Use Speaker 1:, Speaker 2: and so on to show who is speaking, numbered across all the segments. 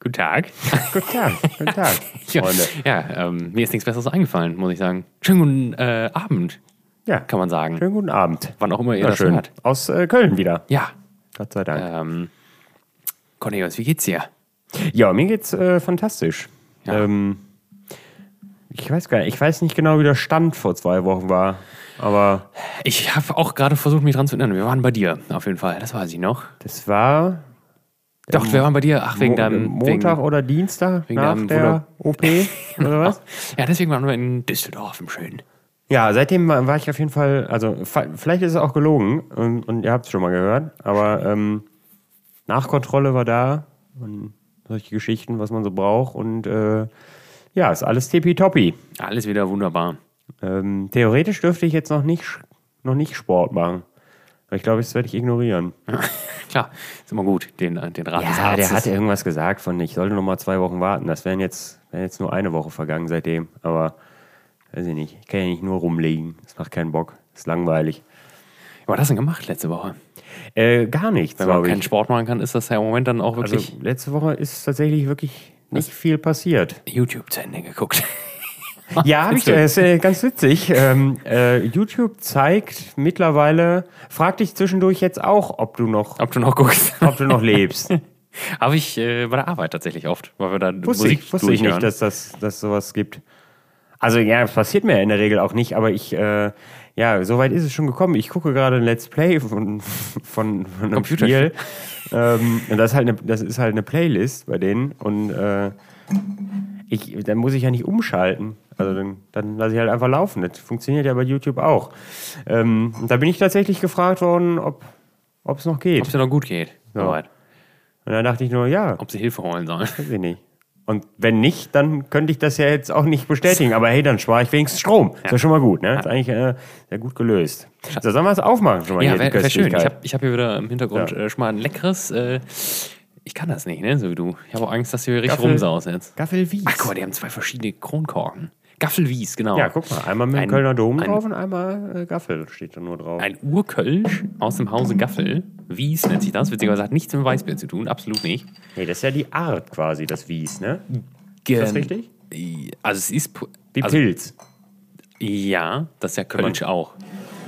Speaker 1: Guten Tag.
Speaker 2: Guten Tag, guten Tag,
Speaker 1: Ja,
Speaker 2: Freunde.
Speaker 1: ja ähm, mir ist nichts Besseres eingefallen, muss ich sagen. Schönen guten äh, Abend,
Speaker 2: Ja,
Speaker 1: kann man sagen.
Speaker 2: Schönen guten Abend.
Speaker 1: Wann auch immer ihr
Speaker 2: Na
Speaker 1: das
Speaker 2: schön.
Speaker 1: hört.
Speaker 2: Aus äh, Köln wieder.
Speaker 1: Ja.
Speaker 2: Gott sei Dank.
Speaker 1: Ähm, Cornelius, wie geht's dir?
Speaker 2: Ja, mir geht's äh, fantastisch.
Speaker 1: Ja.
Speaker 2: Ähm, ich weiß gar nicht, ich weiß nicht genau, wie der Stand vor zwei Wochen war, aber
Speaker 1: Ich habe auch gerade versucht, mich dran zu erinnern. Wir waren bei dir, auf jeden Fall. Das weiß ich noch.
Speaker 2: das war
Speaker 1: Doch, wir waren bei dir. Ach, wegen
Speaker 2: Mo-
Speaker 1: deinem
Speaker 2: Montag oder Dienstag
Speaker 1: wegen
Speaker 2: nach
Speaker 1: deinem
Speaker 2: der OP oder was?
Speaker 1: Wegen, ja, deswegen waren wir in Düsseldorf im Schönen.
Speaker 2: Ja, seitdem war, war ich auf jeden Fall, also fa- vielleicht ist es auch gelogen und, und ihr habt es schon mal gehört, aber ähm, Nachkontrolle war da und solche Geschichten, was man so braucht und äh, ja, ist alles tippitoppi.
Speaker 1: Alles wieder wunderbar.
Speaker 2: Ähm, theoretisch dürfte ich jetzt noch nicht, sch- noch nicht Sport machen. Aber ich glaube, das werde ich ignorieren.
Speaker 1: Klar, ist immer gut, den, äh, den Rat des
Speaker 2: Ja,
Speaker 1: Arztes.
Speaker 2: der hatte irgendwas gesagt von, ich sollte noch mal zwei Wochen warten. Das wären jetzt, wären jetzt nur eine Woche vergangen seitdem. Aber, weiß ich nicht, ich kann ja nicht nur rumlegen. Das macht keinen Bock. Ist langweilig.
Speaker 1: Was hat er denn gemacht letzte Woche?
Speaker 2: Äh, gar nichts,
Speaker 1: Wenn man
Speaker 2: glaube
Speaker 1: keinen
Speaker 2: ich.
Speaker 1: Sport machen kann, ist das ja im Moment dann auch wirklich
Speaker 2: Also, letzte Woche ist tatsächlich wirklich nicht viel passiert.
Speaker 1: YouTube zu Ende geguckt.
Speaker 2: Ja, hab ich, das ist äh, ganz witzig. Ähm, äh, YouTube zeigt mittlerweile, frag dich zwischendurch jetzt auch, ob du noch,
Speaker 1: Ob du noch guckst.
Speaker 2: ob du noch lebst.
Speaker 1: Habe ich äh, bei der Arbeit tatsächlich oft, weil wir dann
Speaker 2: Wusste
Speaker 1: Musik
Speaker 2: ich, wusste ich
Speaker 1: durchhören.
Speaker 2: nicht, dass das dass sowas gibt. Also ja, es passiert mir in der Regel auch nicht, aber ich, äh, ja, soweit ist es schon gekommen. Ich gucke gerade ein Let's Play von, von, von einem
Speaker 1: Computerspiel.
Speaker 2: Spiel. Ähm, und das, ist halt eine, das ist halt eine Playlist bei denen und äh, ich, dann muss ich ja nicht umschalten. Also dann, dann lasse ich halt einfach laufen. Das funktioniert ja bei YouTube auch. Ähm, und da bin ich tatsächlich gefragt worden, ob es noch
Speaker 1: Ob es
Speaker 2: geht.
Speaker 1: dir noch gut geht. Soweit.
Speaker 2: Und dann dachte ich nur, ja,
Speaker 1: Ob sie Hilfe holen sollen.
Speaker 2: Weiß ich nicht. Und wenn nicht, dann könnte ich das ja jetzt auch nicht bestätigen. Aber hey, dann spare ich wenigstens Strom. Ist ja schon mal gut, ne? Ist eigentlich äh, sehr gut gelöst. So, sollen wir es aufmachen schon mal
Speaker 1: Ja,
Speaker 2: hier, die
Speaker 1: wäre wär schön. Ich
Speaker 2: Köstlichkeit?
Speaker 1: habe ich hab hier wieder im Hintergrund äh, schon mal ein leckeres. Äh, ich kann das nicht, ne? So wie du. Ich habe auch Angst, dass du hier richtig
Speaker 2: Gaffel-
Speaker 1: rumsaust jetzt.
Speaker 2: Gaffel Wies.
Speaker 1: Ach guck mal, die haben zwei verschiedene Kronkorken. Gaffelwies, genau.
Speaker 2: ja, guck mal. Einmal mit dem
Speaker 1: Ein-
Speaker 2: Kölner Dom
Speaker 1: ein-
Speaker 2: drauf und einmal äh, Gaffel steht da nur drauf.
Speaker 1: Ein Urkölsch aus dem Hause Gaffel. Wies nennt sich das. Witzigerweise hat nichts mit Weißbier zu tun. Absolut nicht.
Speaker 2: Nee, das ist ja die Art quasi, das Wies, ne?
Speaker 1: Ist
Speaker 2: das richtig?
Speaker 1: Also es ist... pu-
Speaker 2: Wie
Speaker 1: also,
Speaker 2: Pilz.
Speaker 1: Ja, das ist ja Kölsch auch.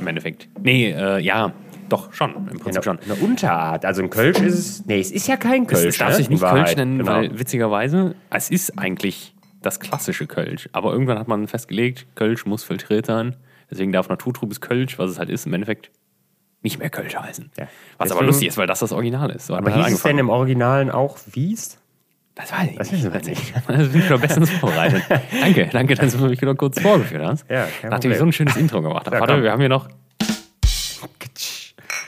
Speaker 1: Im Endeffekt. Nee, äh, ja, doch, schon. Im Prinzip schon.
Speaker 2: Eine Unterart. Also ein Kölsch ist es. Nee, es ist ja kein Kölsch.
Speaker 1: Es darf
Speaker 2: ne?
Speaker 1: sich
Speaker 2: in
Speaker 1: nicht
Speaker 2: Wahrheit.
Speaker 1: Kölsch nennen,
Speaker 2: Genau.
Speaker 1: weil witzigerweise, es ist eigentlich das klassische Kölsch. Aber irgendwann hat man festgelegt, Kölsch muss filtriert sein. Deswegen darf naturtrübes Kölsch, was es halt ist, im Endeffekt nicht mehr Kölsch heißen.
Speaker 2: Ja.
Speaker 1: Was aber
Speaker 2: Deswegen-
Speaker 1: lustig ist, weil das das Original ist. So hat
Speaker 2: Aber
Speaker 1: man halt
Speaker 2: hieß es denn
Speaker 1: angefangen.
Speaker 2: im Originalen auch Wies?
Speaker 1: das weiß ich
Speaker 2: Das
Speaker 1: nicht.
Speaker 2: wissen wir nicht.
Speaker 1: Das bin ich schon bestens vorbereitet. danke, danke, dass du mich wieder kurz vorgeführt hast.
Speaker 2: Ja, kein
Speaker 1: Nachdem ich
Speaker 2: Problem.
Speaker 1: so ein schönes Intro gemacht habe.
Speaker 2: Ja,
Speaker 1: Warte,
Speaker 2: komm.
Speaker 1: wir haben hier noch...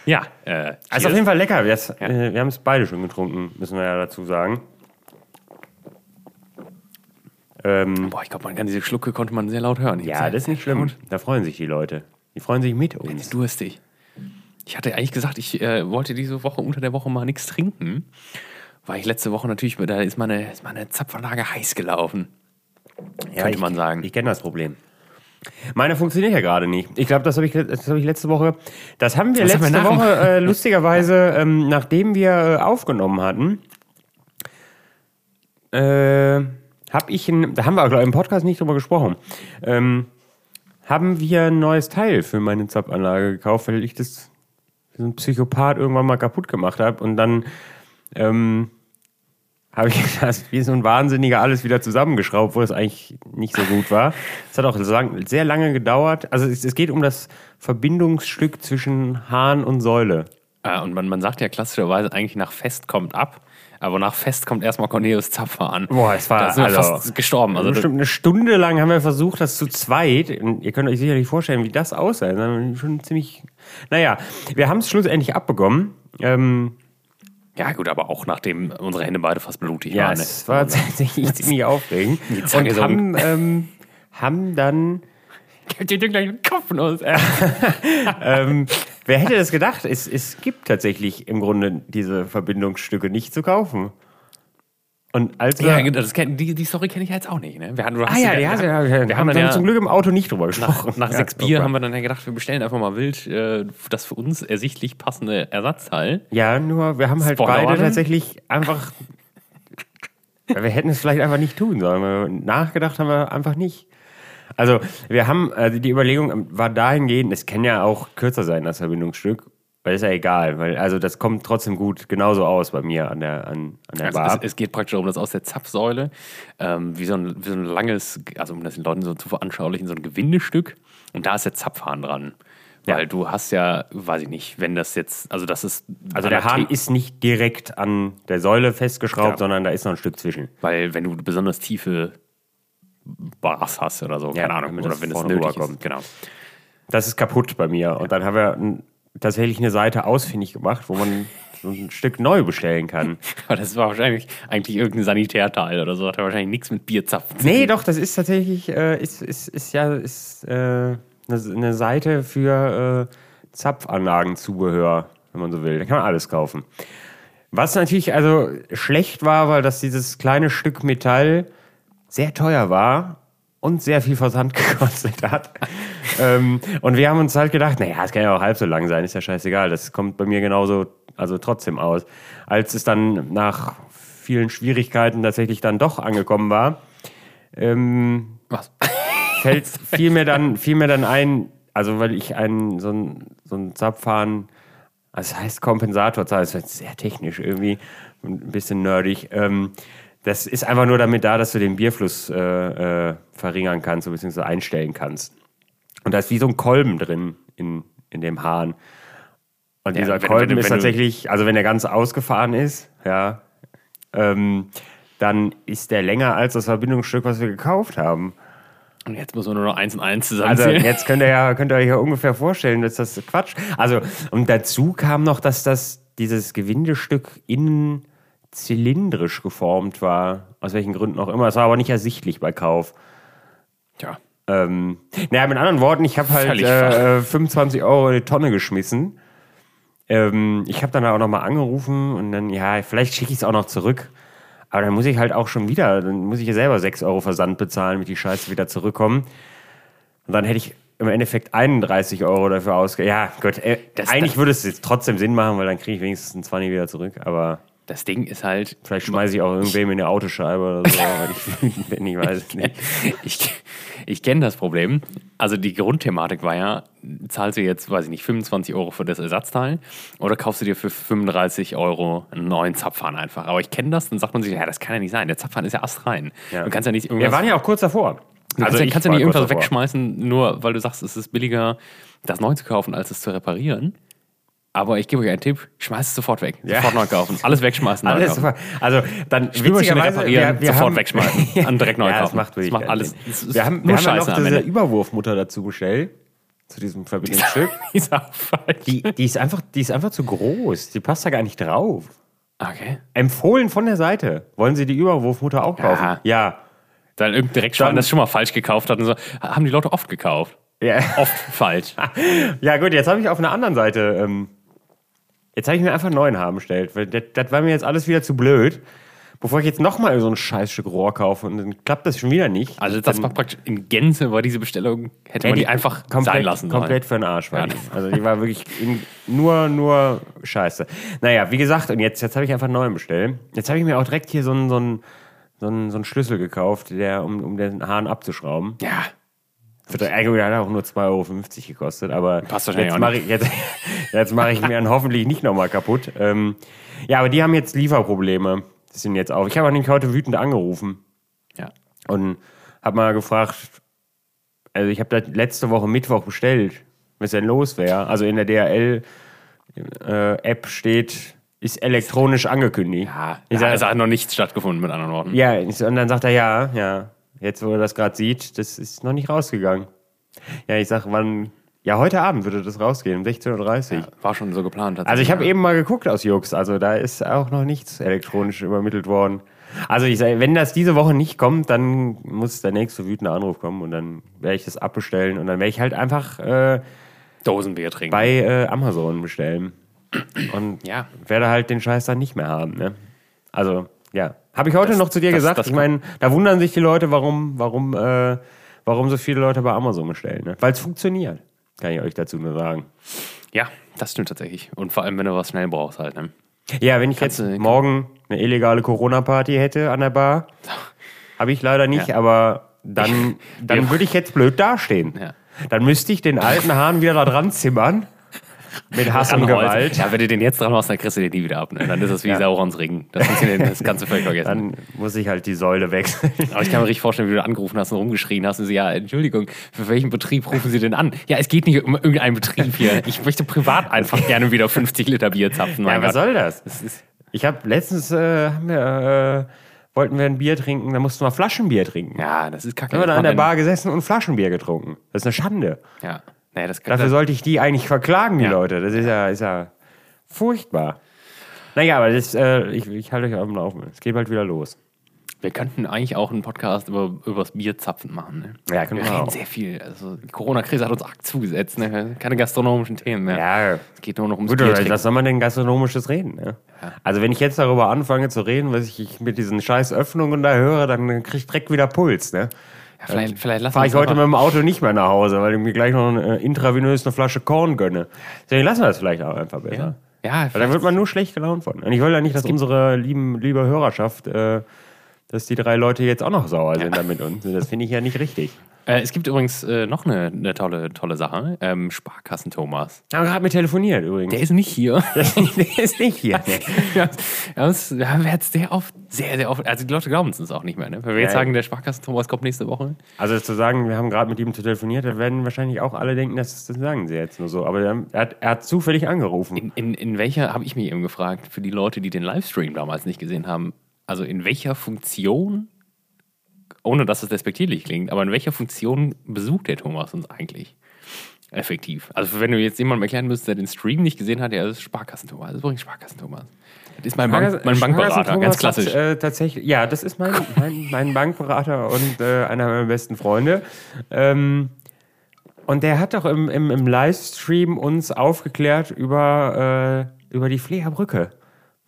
Speaker 1: Ja, äh,
Speaker 2: Also
Speaker 1: cheers.
Speaker 2: auf jeden Fall lecker. Wir, äh, wir haben es beide schon getrunken, müssen wir ja dazu sagen. Ähm,
Speaker 1: Boah, ich glaube, man kann diese Schlucke konnte man sehr laut hören. Ich
Speaker 2: ja,
Speaker 1: hab's-
Speaker 2: das ist nicht schlimm. Da freuen sich die Leute. Die freuen sich mit uns.
Speaker 1: durstig. Ich hatte eigentlich gesagt, ich äh, wollte diese Woche unter der Woche mal nichts trinken, weil ich letzte Woche natürlich, da ist meine, ist meine Zapfanlage heiß gelaufen.
Speaker 2: Ja,
Speaker 1: könnte
Speaker 2: ich,
Speaker 1: man sagen.
Speaker 2: Ich kenne das Problem. Meine funktioniert ja gerade nicht. Ich glaube, das habe ich, le- das hab ich letzte Woche. Das haben wir
Speaker 1: Das haben wir
Speaker 2: letzte
Speaker 1: nach dem-
Speaker 2: Woche äh, lustigerweise, ähm, nachdem wir äh, aufgenommen hatten, äh, habe ich, ein, da haben wir glaub, ich, im Podcast nicht drüber gesprochen, ähm, haben wir ein neues Teil für meine Zapfanlage gekauft, weil ich das wie so ein Psychopath irgendwann mal kaputt gemacht habe und dann ähm, habe ich das wie so ein Wahnsinniger alles wieder zusammengeschraubt, wo es eigentlich nicht so gut war. Es hat auch lang, sehr lange gedauert. Also es, es geht um das Verbindungsstück zwischen Hahn und Säule.
Speaker 1: Äh, und man, man sagt ja klassischerweise eigentlich nach Fest kommt ab, aber nach Fest kommt erstmal Cornelius Zapfer an.
Speaker 2: Boah, es war-
Speaker 1: da sind wir
Speaker 2: also-
Speaker 1: fast gestorben. Also
Speaker 2: Also
Speaker 1: das,
Speaker 2: bestimmt eine Stunde lang haben wir versucht, das zu zweit. Und ihr könnt euch sicherlich vorstellen, wie das aussah. Das war schon ziemlich. Naja, wir haben es schlussendlich abbekommen. Ähm,
Speaker 1: ja gut, aber auch nachdem unsere Hände beide fast blutig
Speaker 2: Ja,
Speaker 1: waren. ne?
Speaker 2: es war tatsächlich ziemlich aufregend.
Speaker 1: Zange
Speaker 2: Und
Speaker 1: so-
Speaker 2: haben, ähm, haben dann,
Speaker 1: ne? Ich hab dir gleich den Kopf los. Äh,
Speaker 2: wer hätte das gedacht? Es, es gibt tatsächlich im Grunde diese Verbindungsstücke nicht zu kaufen. Und als wir.
Speaker 1: ja, genau, das kenn, die, die Story kenne ich ja jetzt auch nicht. Ne? Wir hatten, du hast
Speaker 2: ah
Speaker 1: sie
Speaker 2: ja,
Speaker 1: ja-
Speaker 2: ja,
Speaker 1: wir
Speaker 2: ja,
Speaker 1: haben-
Speaker 2: ja.
Speaker 1: wir
Speaker 2: haben
Speaker 1: haben dann
Speaker 2: wir
Speaker 1: ja
Speaker 2: zum Glück im Auto nicht drüber
Speaker 1: Nach,
Speaker 2: gesprochen.
Speaker 1: nach
Speaker 2: ja,
Speaker 1: sechs Bier
Speaker 2: guck mal.
Speaker 1: haben wir dann ja gedacht, wir bestellen einfach mal wild äh, das für uns ersichtlich passende Ersatzteil.
Speaker 2: Ja, nur wir haben halt
Speaker 1: Spoiler
Speaker 2: beide
Speaker 1: Warnung.
Speaker 2: tatsächlich einfach Ja, wir hätten es vielleicht einfach nicht tun sollen. weil Nachgedacht haben wir einfach nicht. Also, wir haben, also die Überlegung war dahingehend, es kann ja auch kürzer sein, das Verbindungsstück, weil ist ja egal, weil, also das kommt trotzdem gut genauso aus bei mir an der, an, an der
Speaker 1: Also
Speaker 2: Bar.
Speaker 1: es, es geht praktisch darum, dass aus der Zapfsäule, ähm, wie, so ein, wie so ein langes, also um das den Leuten so zu veranschaulichen, so ein Gewindestück. Und da ist der Zapfhahn dran. Weil du hast ja, weiß ich nicht, wenn das jetzt, also das ist.
Speaker 2: also der Hahn ist nicht direkt an der Säule festgeschraubt,
Speaker 1: Ja.
Speaker 2: sondern da ist noch ein Stück zwischen.
Speaker 1: Weil wenn du besonders tiefe Bars hast oder so,
Speaker 2: Ja,
Speaker 1: keine Ahnung,
Speaker 2: damit
Speaker 1: oder
Speaker 2: das
Speaker 1: wenn es
Speaker 2: vorne
Speaker 1: nötig
Speaker 2: rüberkommt.
Speaker 1: ist. Genau.
Speaker 2: Das ist kaputt bei mir. Und dann haben wir n- tatsächlich eine Seite ausfindig gemacht, wo man so ein Stück neu bestellen kann.
Speaker 1: Aber das war wahrscheinlich eigentlich irgendein Sanitärteil oder so, hat ja wahrscheinlich nichts mit Bierzapfen. zu
Speaker 2: Nee, doch, das ist tatsächlich, äh, ist, ist, ist ja ist, äh, eine, eine Seite für äh, Zapfanlagenzubehör, wenn man so will. Da kann man alles kaufen. Was natürlich also schlecht war, weil das dieses kleine Stück Metall sehr teuer war und sehr viel Versand gekostet hat. ähm, und wir haben uns halt gedacht, naja, es kann ja auch halb so lang sein, ist ja scheißegal. Das kommt bei mir genauso, also trotzdem aus. Als es dann nach vielen Schwierigkeiten tatsächlich dann doch angekommen war, ähm,
Speaker 1: Was?
Speaker 2: fällt, fiel, mir dann, fiel mir dann ein, also weil ich einen, so ein so ein Zapfhahn, also das heißt Kompensator, das ist jetzt sehr technisch irgendwie, ein bisschen nerdig. Ähm, das ist einfach nur damit da, dass du den Bierfluss äh, äh, verringern kannst, so beziehungsweise einstellen kannst. Und da ist wie so ein Kolben drin in, in dem Hahn. Und
Speaker 1: Ja,
Speaker 2: dieser
Speaker 1: wenn-
Speaker 2: Kolben
Speaker 1: wenn-
Speaker 2: ist
Speaker 1: wenn du-
Speaker 2: tatsächlich, also wenn der ganz ausgefahren ist, ja, ähm, dann ist der länger als das Verbindungsstück, was wir gekauft haben.
Speaker 1: Und jetzt müssen wir nur noch eins und eins
Speaker 2: Also
Speaker 1: zusammenzählen.
Speaker 2: jetzt könnt ihr ja könnt ihr euch ja ungefähr vorstellen, dass das Quatsch. Also und dazu kam noch, dass das dieses Gewindestück innen zylindrisch geformt war, aus welchen Gründen auch immer. Es war aber nicht ersichtlich bei Kauf.
Speaker 1: Tja.
Speaker 2: Ähm, naja, mit anderen Worten, ich habe halt
Speaker 1: Völlig
Speaker 2: äh, äh, 25 Euro in die Tonne geschmissen. Ähm, ich habe dann auch nochmal angerufen und dann, ja, vielleicht schicke ich es auch noch zurück. Aber dann muss ich halt auch schon wieder, dann muss ich ja selber 6 Euro Versand bezahlen, damit die Scheiße wieder zurückkommen. Und dann hätte ich im Endeffekt 31 Euro dafür ausgegeben. Ja, gut, äh,
Speaker 1: Das-
Speaker 2: eigentlich
Speaker 1: das-
Speaker 2: würde es jetzt trotzdem Sinn machen, weil dann kriege ich wenigstens einen 20 wieder zurück. Aber
Speaker 1: Das Ding ist halt,
Speaker 2: vielleicht schmeiße ich auch irgendwem in eine Autoscheibe oder so, weil ich wütend bin, ich weiß es nicht.
Speaker 1: ich, ich kenne das Problem. Also die Grundthematik war ja, zahlst du jetzt, weiß ich nicht, 25 Euro für das Ersatzteil oder kaufst du dir für 35 Euro einen neuen Zapfhahn einfach. Aber ich kenne das, dann sagt man sich, ja, das kann ja nicht sein. Der Zapfhahn ist ja astrein.
Speaker 2: Ja.
Speaker 1: Du kannst ja nicht
Speaker 2: Wir
Speaker 1: irgendwas,
Speaker 2: waren ja auch kurz davor.
Speaker 1: du kannst, ja,
Speaker 2: Also ich
Speaker 1: kannst ja
Speaker 2: war
Speaker 1: nicht
Speaker 2: kurz
Speaker 1: irgendwas
Speaker 2: davor.
Speaker 1: wegschmeißen, nur weil du sagst, es ist billiger, das neu zu kaufen, als es zu reparieren. Aber ich gebe euch einen Tipp, schmeiß es sofort weg.
Speaker 2: Ja.
Speaker 1: Sofort neu kaufen. Alles wegschmeißen. neu
Speaker 2: Alles
Speaker 1: kaufen.
Speaker 2: super. Also dann
Speaker 1: Spülmaschine
Speaker 2: witzigerweise,
Speaker 1: reparieren, sofort wegschmeißen, an direkt neu
Speaker 2: ja, das
Speaker 1: kaufen.
Speaker 2: macht wirklich
Speaker 1: Das macht
Speaker 2: keinen
Speaker 1: alles-
Speaker 2: Sinn.
Speaker 1: es ist
Speaker 2: wir haben,
Speaker 1: nur
Speaker 2: wir haben ja
Speaker 1: Scheiße
Speaker 2: noch
Speaker 1: am
Speaker 2: diese
Speaker 1: Ende.
Speaker 2: Überwurfmutter dazu bestellt zu diesem Verbindungsstück.
Speaker 1: Dieser Fall.
Speaker 2: die, die ist einfach, die ist einfach zu groß. Die passt da gar nicht drauf.
Speaker 1: Okay.
Speaker 2: Empfohlen von der Seite. Wollen Sie die Überwurfmutter auch kaufen?
Speaker 1: Ja.
Speaker 2: Ja.
Speaker 1: Dann irgendein Direktschwein,
Speaker 2: Dann-
Speaker 1: das schon mal falsch gekauft hat und so. Haben die Leute oft gekauft? Ah,
Speaker 2: Ja.
Speaker 1: Oft falsch.
Speaker 2: Ja, gut, jetzt habe ich auf einer anderen Seite. Ähm, jetzt habe ich mir einfach einen neuen Haaren bestellt. weil Das, das war mir jetzt alles wieder zu blöd. Bevor ich jetzt nochmal so ein Scheißstück Rohr kaufe und dann klappt das schon wieder nicht.
Speaker 1: Also das war praktisch in Gänze war diese Bestellung, hätte man die einfach
Speaker 2: komplett,
Speaker 1: sein lassen sollen.
Speaker 2: Komplett für den Arsch war
Speaker 1: Ja.
Speaker 2: die. Also die war wirklich in, nur, nur scheiße. Naja, wie gesagt, und jetzt, jetzt habe ich einfach einen neuen bestellt. Jetzt habe ich mir auch direkt hier so einen, so einen, so einen, so einen Schlüssel gekauft, der, um, um den Hahn abzuschrauben.
Speaker 1: Ja.
Speaker 2: Für drei Euro hat er auch nur 2,50 Euro gekostet, aber
Speaker 1: Passt wahrscheinlich
Speaker 2: jetzt
Speaker 1: auch
Speaker 2: mache
Speaker 1: nicht.
Speaker 2: ich, jetzt, jetzt mache ich mir dann hoffentlich nicht nochmal kaputt. Ähm, ja, aber die haben jetzt Lieferprobleme. Das sind jetzt auch. Ich habe auch nämlich heute wütend angerufen
Speaker 1: ja.
Speaker 2: und habe mal gefragt, also ich habe das letzte Woche Mittwoch bestellt, was denn los wäre. Also in der DHL-App äh, steht, ist elektronisch angekündigt.
Speaker 1: Ja. also-
Speaker 2: ich
Speaker 1: ja.
Speaker 2: sag,
Speaker 1: Es hat noch nichts stattgefunden, mit anderen Worten.
Speaker 2: ja, ich- und dann sagt er, ja, ja, jetzt wo er das gerade sieht, das ist noch nicht rausgegangen. Ja, ich sag, wann, ja, heute Abend würde das rausgehen, um 16.30 Uhr.
Speaker 1: War schon so geplant.
Speaker 2: Also ich habe
Speaker 1: tatsächlich.
Speaker 2: eben mal geguckt aus Jux, also da ist auch noch nichts elektronisch übermittelt worden. Also ich sag, wenn das diese Woche nicht kommt, dann muss der nächste wütende Anruf kommen und dann werde ich das abbestellen und dann werde ich halt einfach äh,
Speaker 1: Dosenbier trinken.
Speaker 2: bei äh, Amazon bestellen und
Speaker 1: Ja.
Speaker 2: werde halt den Scheiß dann nicht mehr haben. Ne? Also ja, habe ich heute noch zu dir
Speaker 1: das-
Speaker 2: gesagt.
Speaker 1: das
Speaker 2: ich
Speaker 1: kann-
Speaker 2: meine, da wundern sich die Leute, warum, warum, äh, warum so viele Leute bei Amazon bestellen. Ne? Weil es funktioniert, kann ich euch dazu nur sagen.
Speaker 1: ja, das stimmt tatsächlich. Und vor allem, wenn du was schnell brauchst halt. Ne?
Speaker 2: Ja, wenn ich
Speaker 1: Kannst
Speaker 2: jetzt
Speaker 1: du-
Speaker 2: morgen eine illegale Corona-Party hätte an der Bar, habe ich leider nicht,
Speaker 1: Ja.
Speaker 2: aber dann, dann
Speaker 1: Ja.
Speaker 2: würde ich jetzt blöd dastehen.
Speaker 1: Ja.
Speaker 2: Dann müsste ich den alten Hahn wieder da dran zimmern. Mit Hass und
Speaker 1: Anholz.
Speaker 2: Gewalt.
Speaker 1: Ja, wenn du den jetzt dran machst, dann kriegst du den nie wieder ab. Ne? Dann ist das wie
Speaker 2: Ja.
Speaker 1: Saurons Ring. Das, funktioniert- das kannst du völlig vergessen.
Speaker 2: Dann muss ich halt die Säule wechseln.
Speaker 1: Aber ich kann mir richtig vorstellen, wie du angerufen hast und rumgeschrien hast und sie, ja, Entschuldigung, für welchen Betrieb rufen Sie denn an? Ja, es geht nicht um irgendeinen Betrieb hier. Ich möchte privat einfach gerne wieder 50 Liter Bier zapfen.
Speaker 2: Ja,
Speaker 1: Mein
Speaker 2: was
Speaker 1: Gott.
Speaker 2: soll das? Ich habe letztens, äh, haben wir, äh, wollten wir ein Bier trinken, da mussten wir Flaschenbier trinken.
Speaker 1: ja das ist kacke.
Speaker 2: Dann haben wir da
Speaker 1: Was
Speaker 2: an der
Speaker 1: macht
Speaker 2: Bar gesessen und Flaschenbier getrunken. Das ist eine Schande.
Speaker 1: denn- Ja. Naja, das kann
Speaker 2: Dafür sollte ich die eigentlich verklagen, die
Speaker 1: Ja.
Speaker 2: Leute. Das ist ja, ist ja furchtbar. Naja, aber das, äh, ich, ich halte euch auf dem Laufenden. Es geht bald wieder los.
Speaker 1: Wir könnten eigentlich auch einen Podcast über, über das Bierzapfen machen. Ne?
Speaker 2: Ja, können wir
Speaker 1: reden
Speaker 2: auch.
Speaker 1: sehr viel. Also, die Corona-Krise hat uns arg zugesetzt. Ne? Keine gastronomischen Themen mehr.
Speaker 2: Ja,
Speaker 1: Es geht nur noch ums
Speaker 2: Gut,
Speaker 1: Bier.
Speaker 2: oder was soll man denn gastronomisches reden? Ne? Also wenn ich jetzt darüber anfange zu reden, was ich, ich mit diesen scheiß Öffnungen da höre, dann krieg ich direkt wieder Puls. Ne?
Speaker 1: vielleicht, vielleicht lassen
Speaker 2: Fahre
Speaker 1: wir
Speaker 2: ich
Speaker 1: uns
Speaker 2: heute
Speaker 1: einfach-
Speaker 2: mit dem Auto nicht mehr nach Hause, weil ich mir gleich noch äh, intravenös eine Flasche Korn gönne. Deswegen lassen wir das vielleicht auch einfach besser.
Speaker 1: Ja,
Speaker 2: Weil dann wird man nur schlecht gelaunt von. Und ich will ja nicht, dass unsere lieben, liebe Hörerschaft, äh, dass die drei Leute jetzt auch noch sauer sind damit uns. Das finde ich ja nicht richtig.
Speaker 1: Äh, es gibt übrigens äh, noch eine, eine tolle, tolle Sache. Ähm, Sparkassen-Thomas.
Speaker 2: Haben gerade mit telefoniert übrigens.
Speaker 1: Der ist nicht hier.
Speaker 2: der ist nicht hier.
Speaker 1: ja, das, ja, wir hatten sehr oft, sehr, sehr oft. Also die Leute glauben es uns auch nicht mehr. Ne? Wenn wir jetzt
Speaker 2: Ja.
Speaker 1: sagen, der Sparkassen-Thomas kommt nächste Woche.
Speaker 2: Also zu sagen, wir haben gerade mit ihm telefoniert, da werden wahrscheinlich auch alle denken, das, das sagen sie jetzt nur so. Aber er hat, er hat zufällig angerufen.
Speaker 1: In, in, in welcher, habe ich mich eben gefragt, für die Leute, die den Livestream damals nicht gesehen haben, also in welcher Funktion, ohne dass es despektierlich klingt, aber in welcher Funktion besucht der Thomas uns eigentlich? Effektiv. Also wenn du jetzt jemandem erklären müsstest, der den Stream nicht gesehen hat, ja, das ist Sparkassen-Thomas. Das ist übrigens Sparkassen-Thomas. Das ist mein, Bank, mein Bankberater,
Speaker 2: Thomas
Speaker 1: ganz
Speaker 2: hat,
Speaker 1: klassisch.
Speaker 2: äh, tatsächlich, ja, das ist mein, mein, mein Bankberater und äh, einer meiner besten Freunde. Ähm, und der hat doch im, im, im Livestream uns aufgeklärt über, äh, über die Fleer Brücke.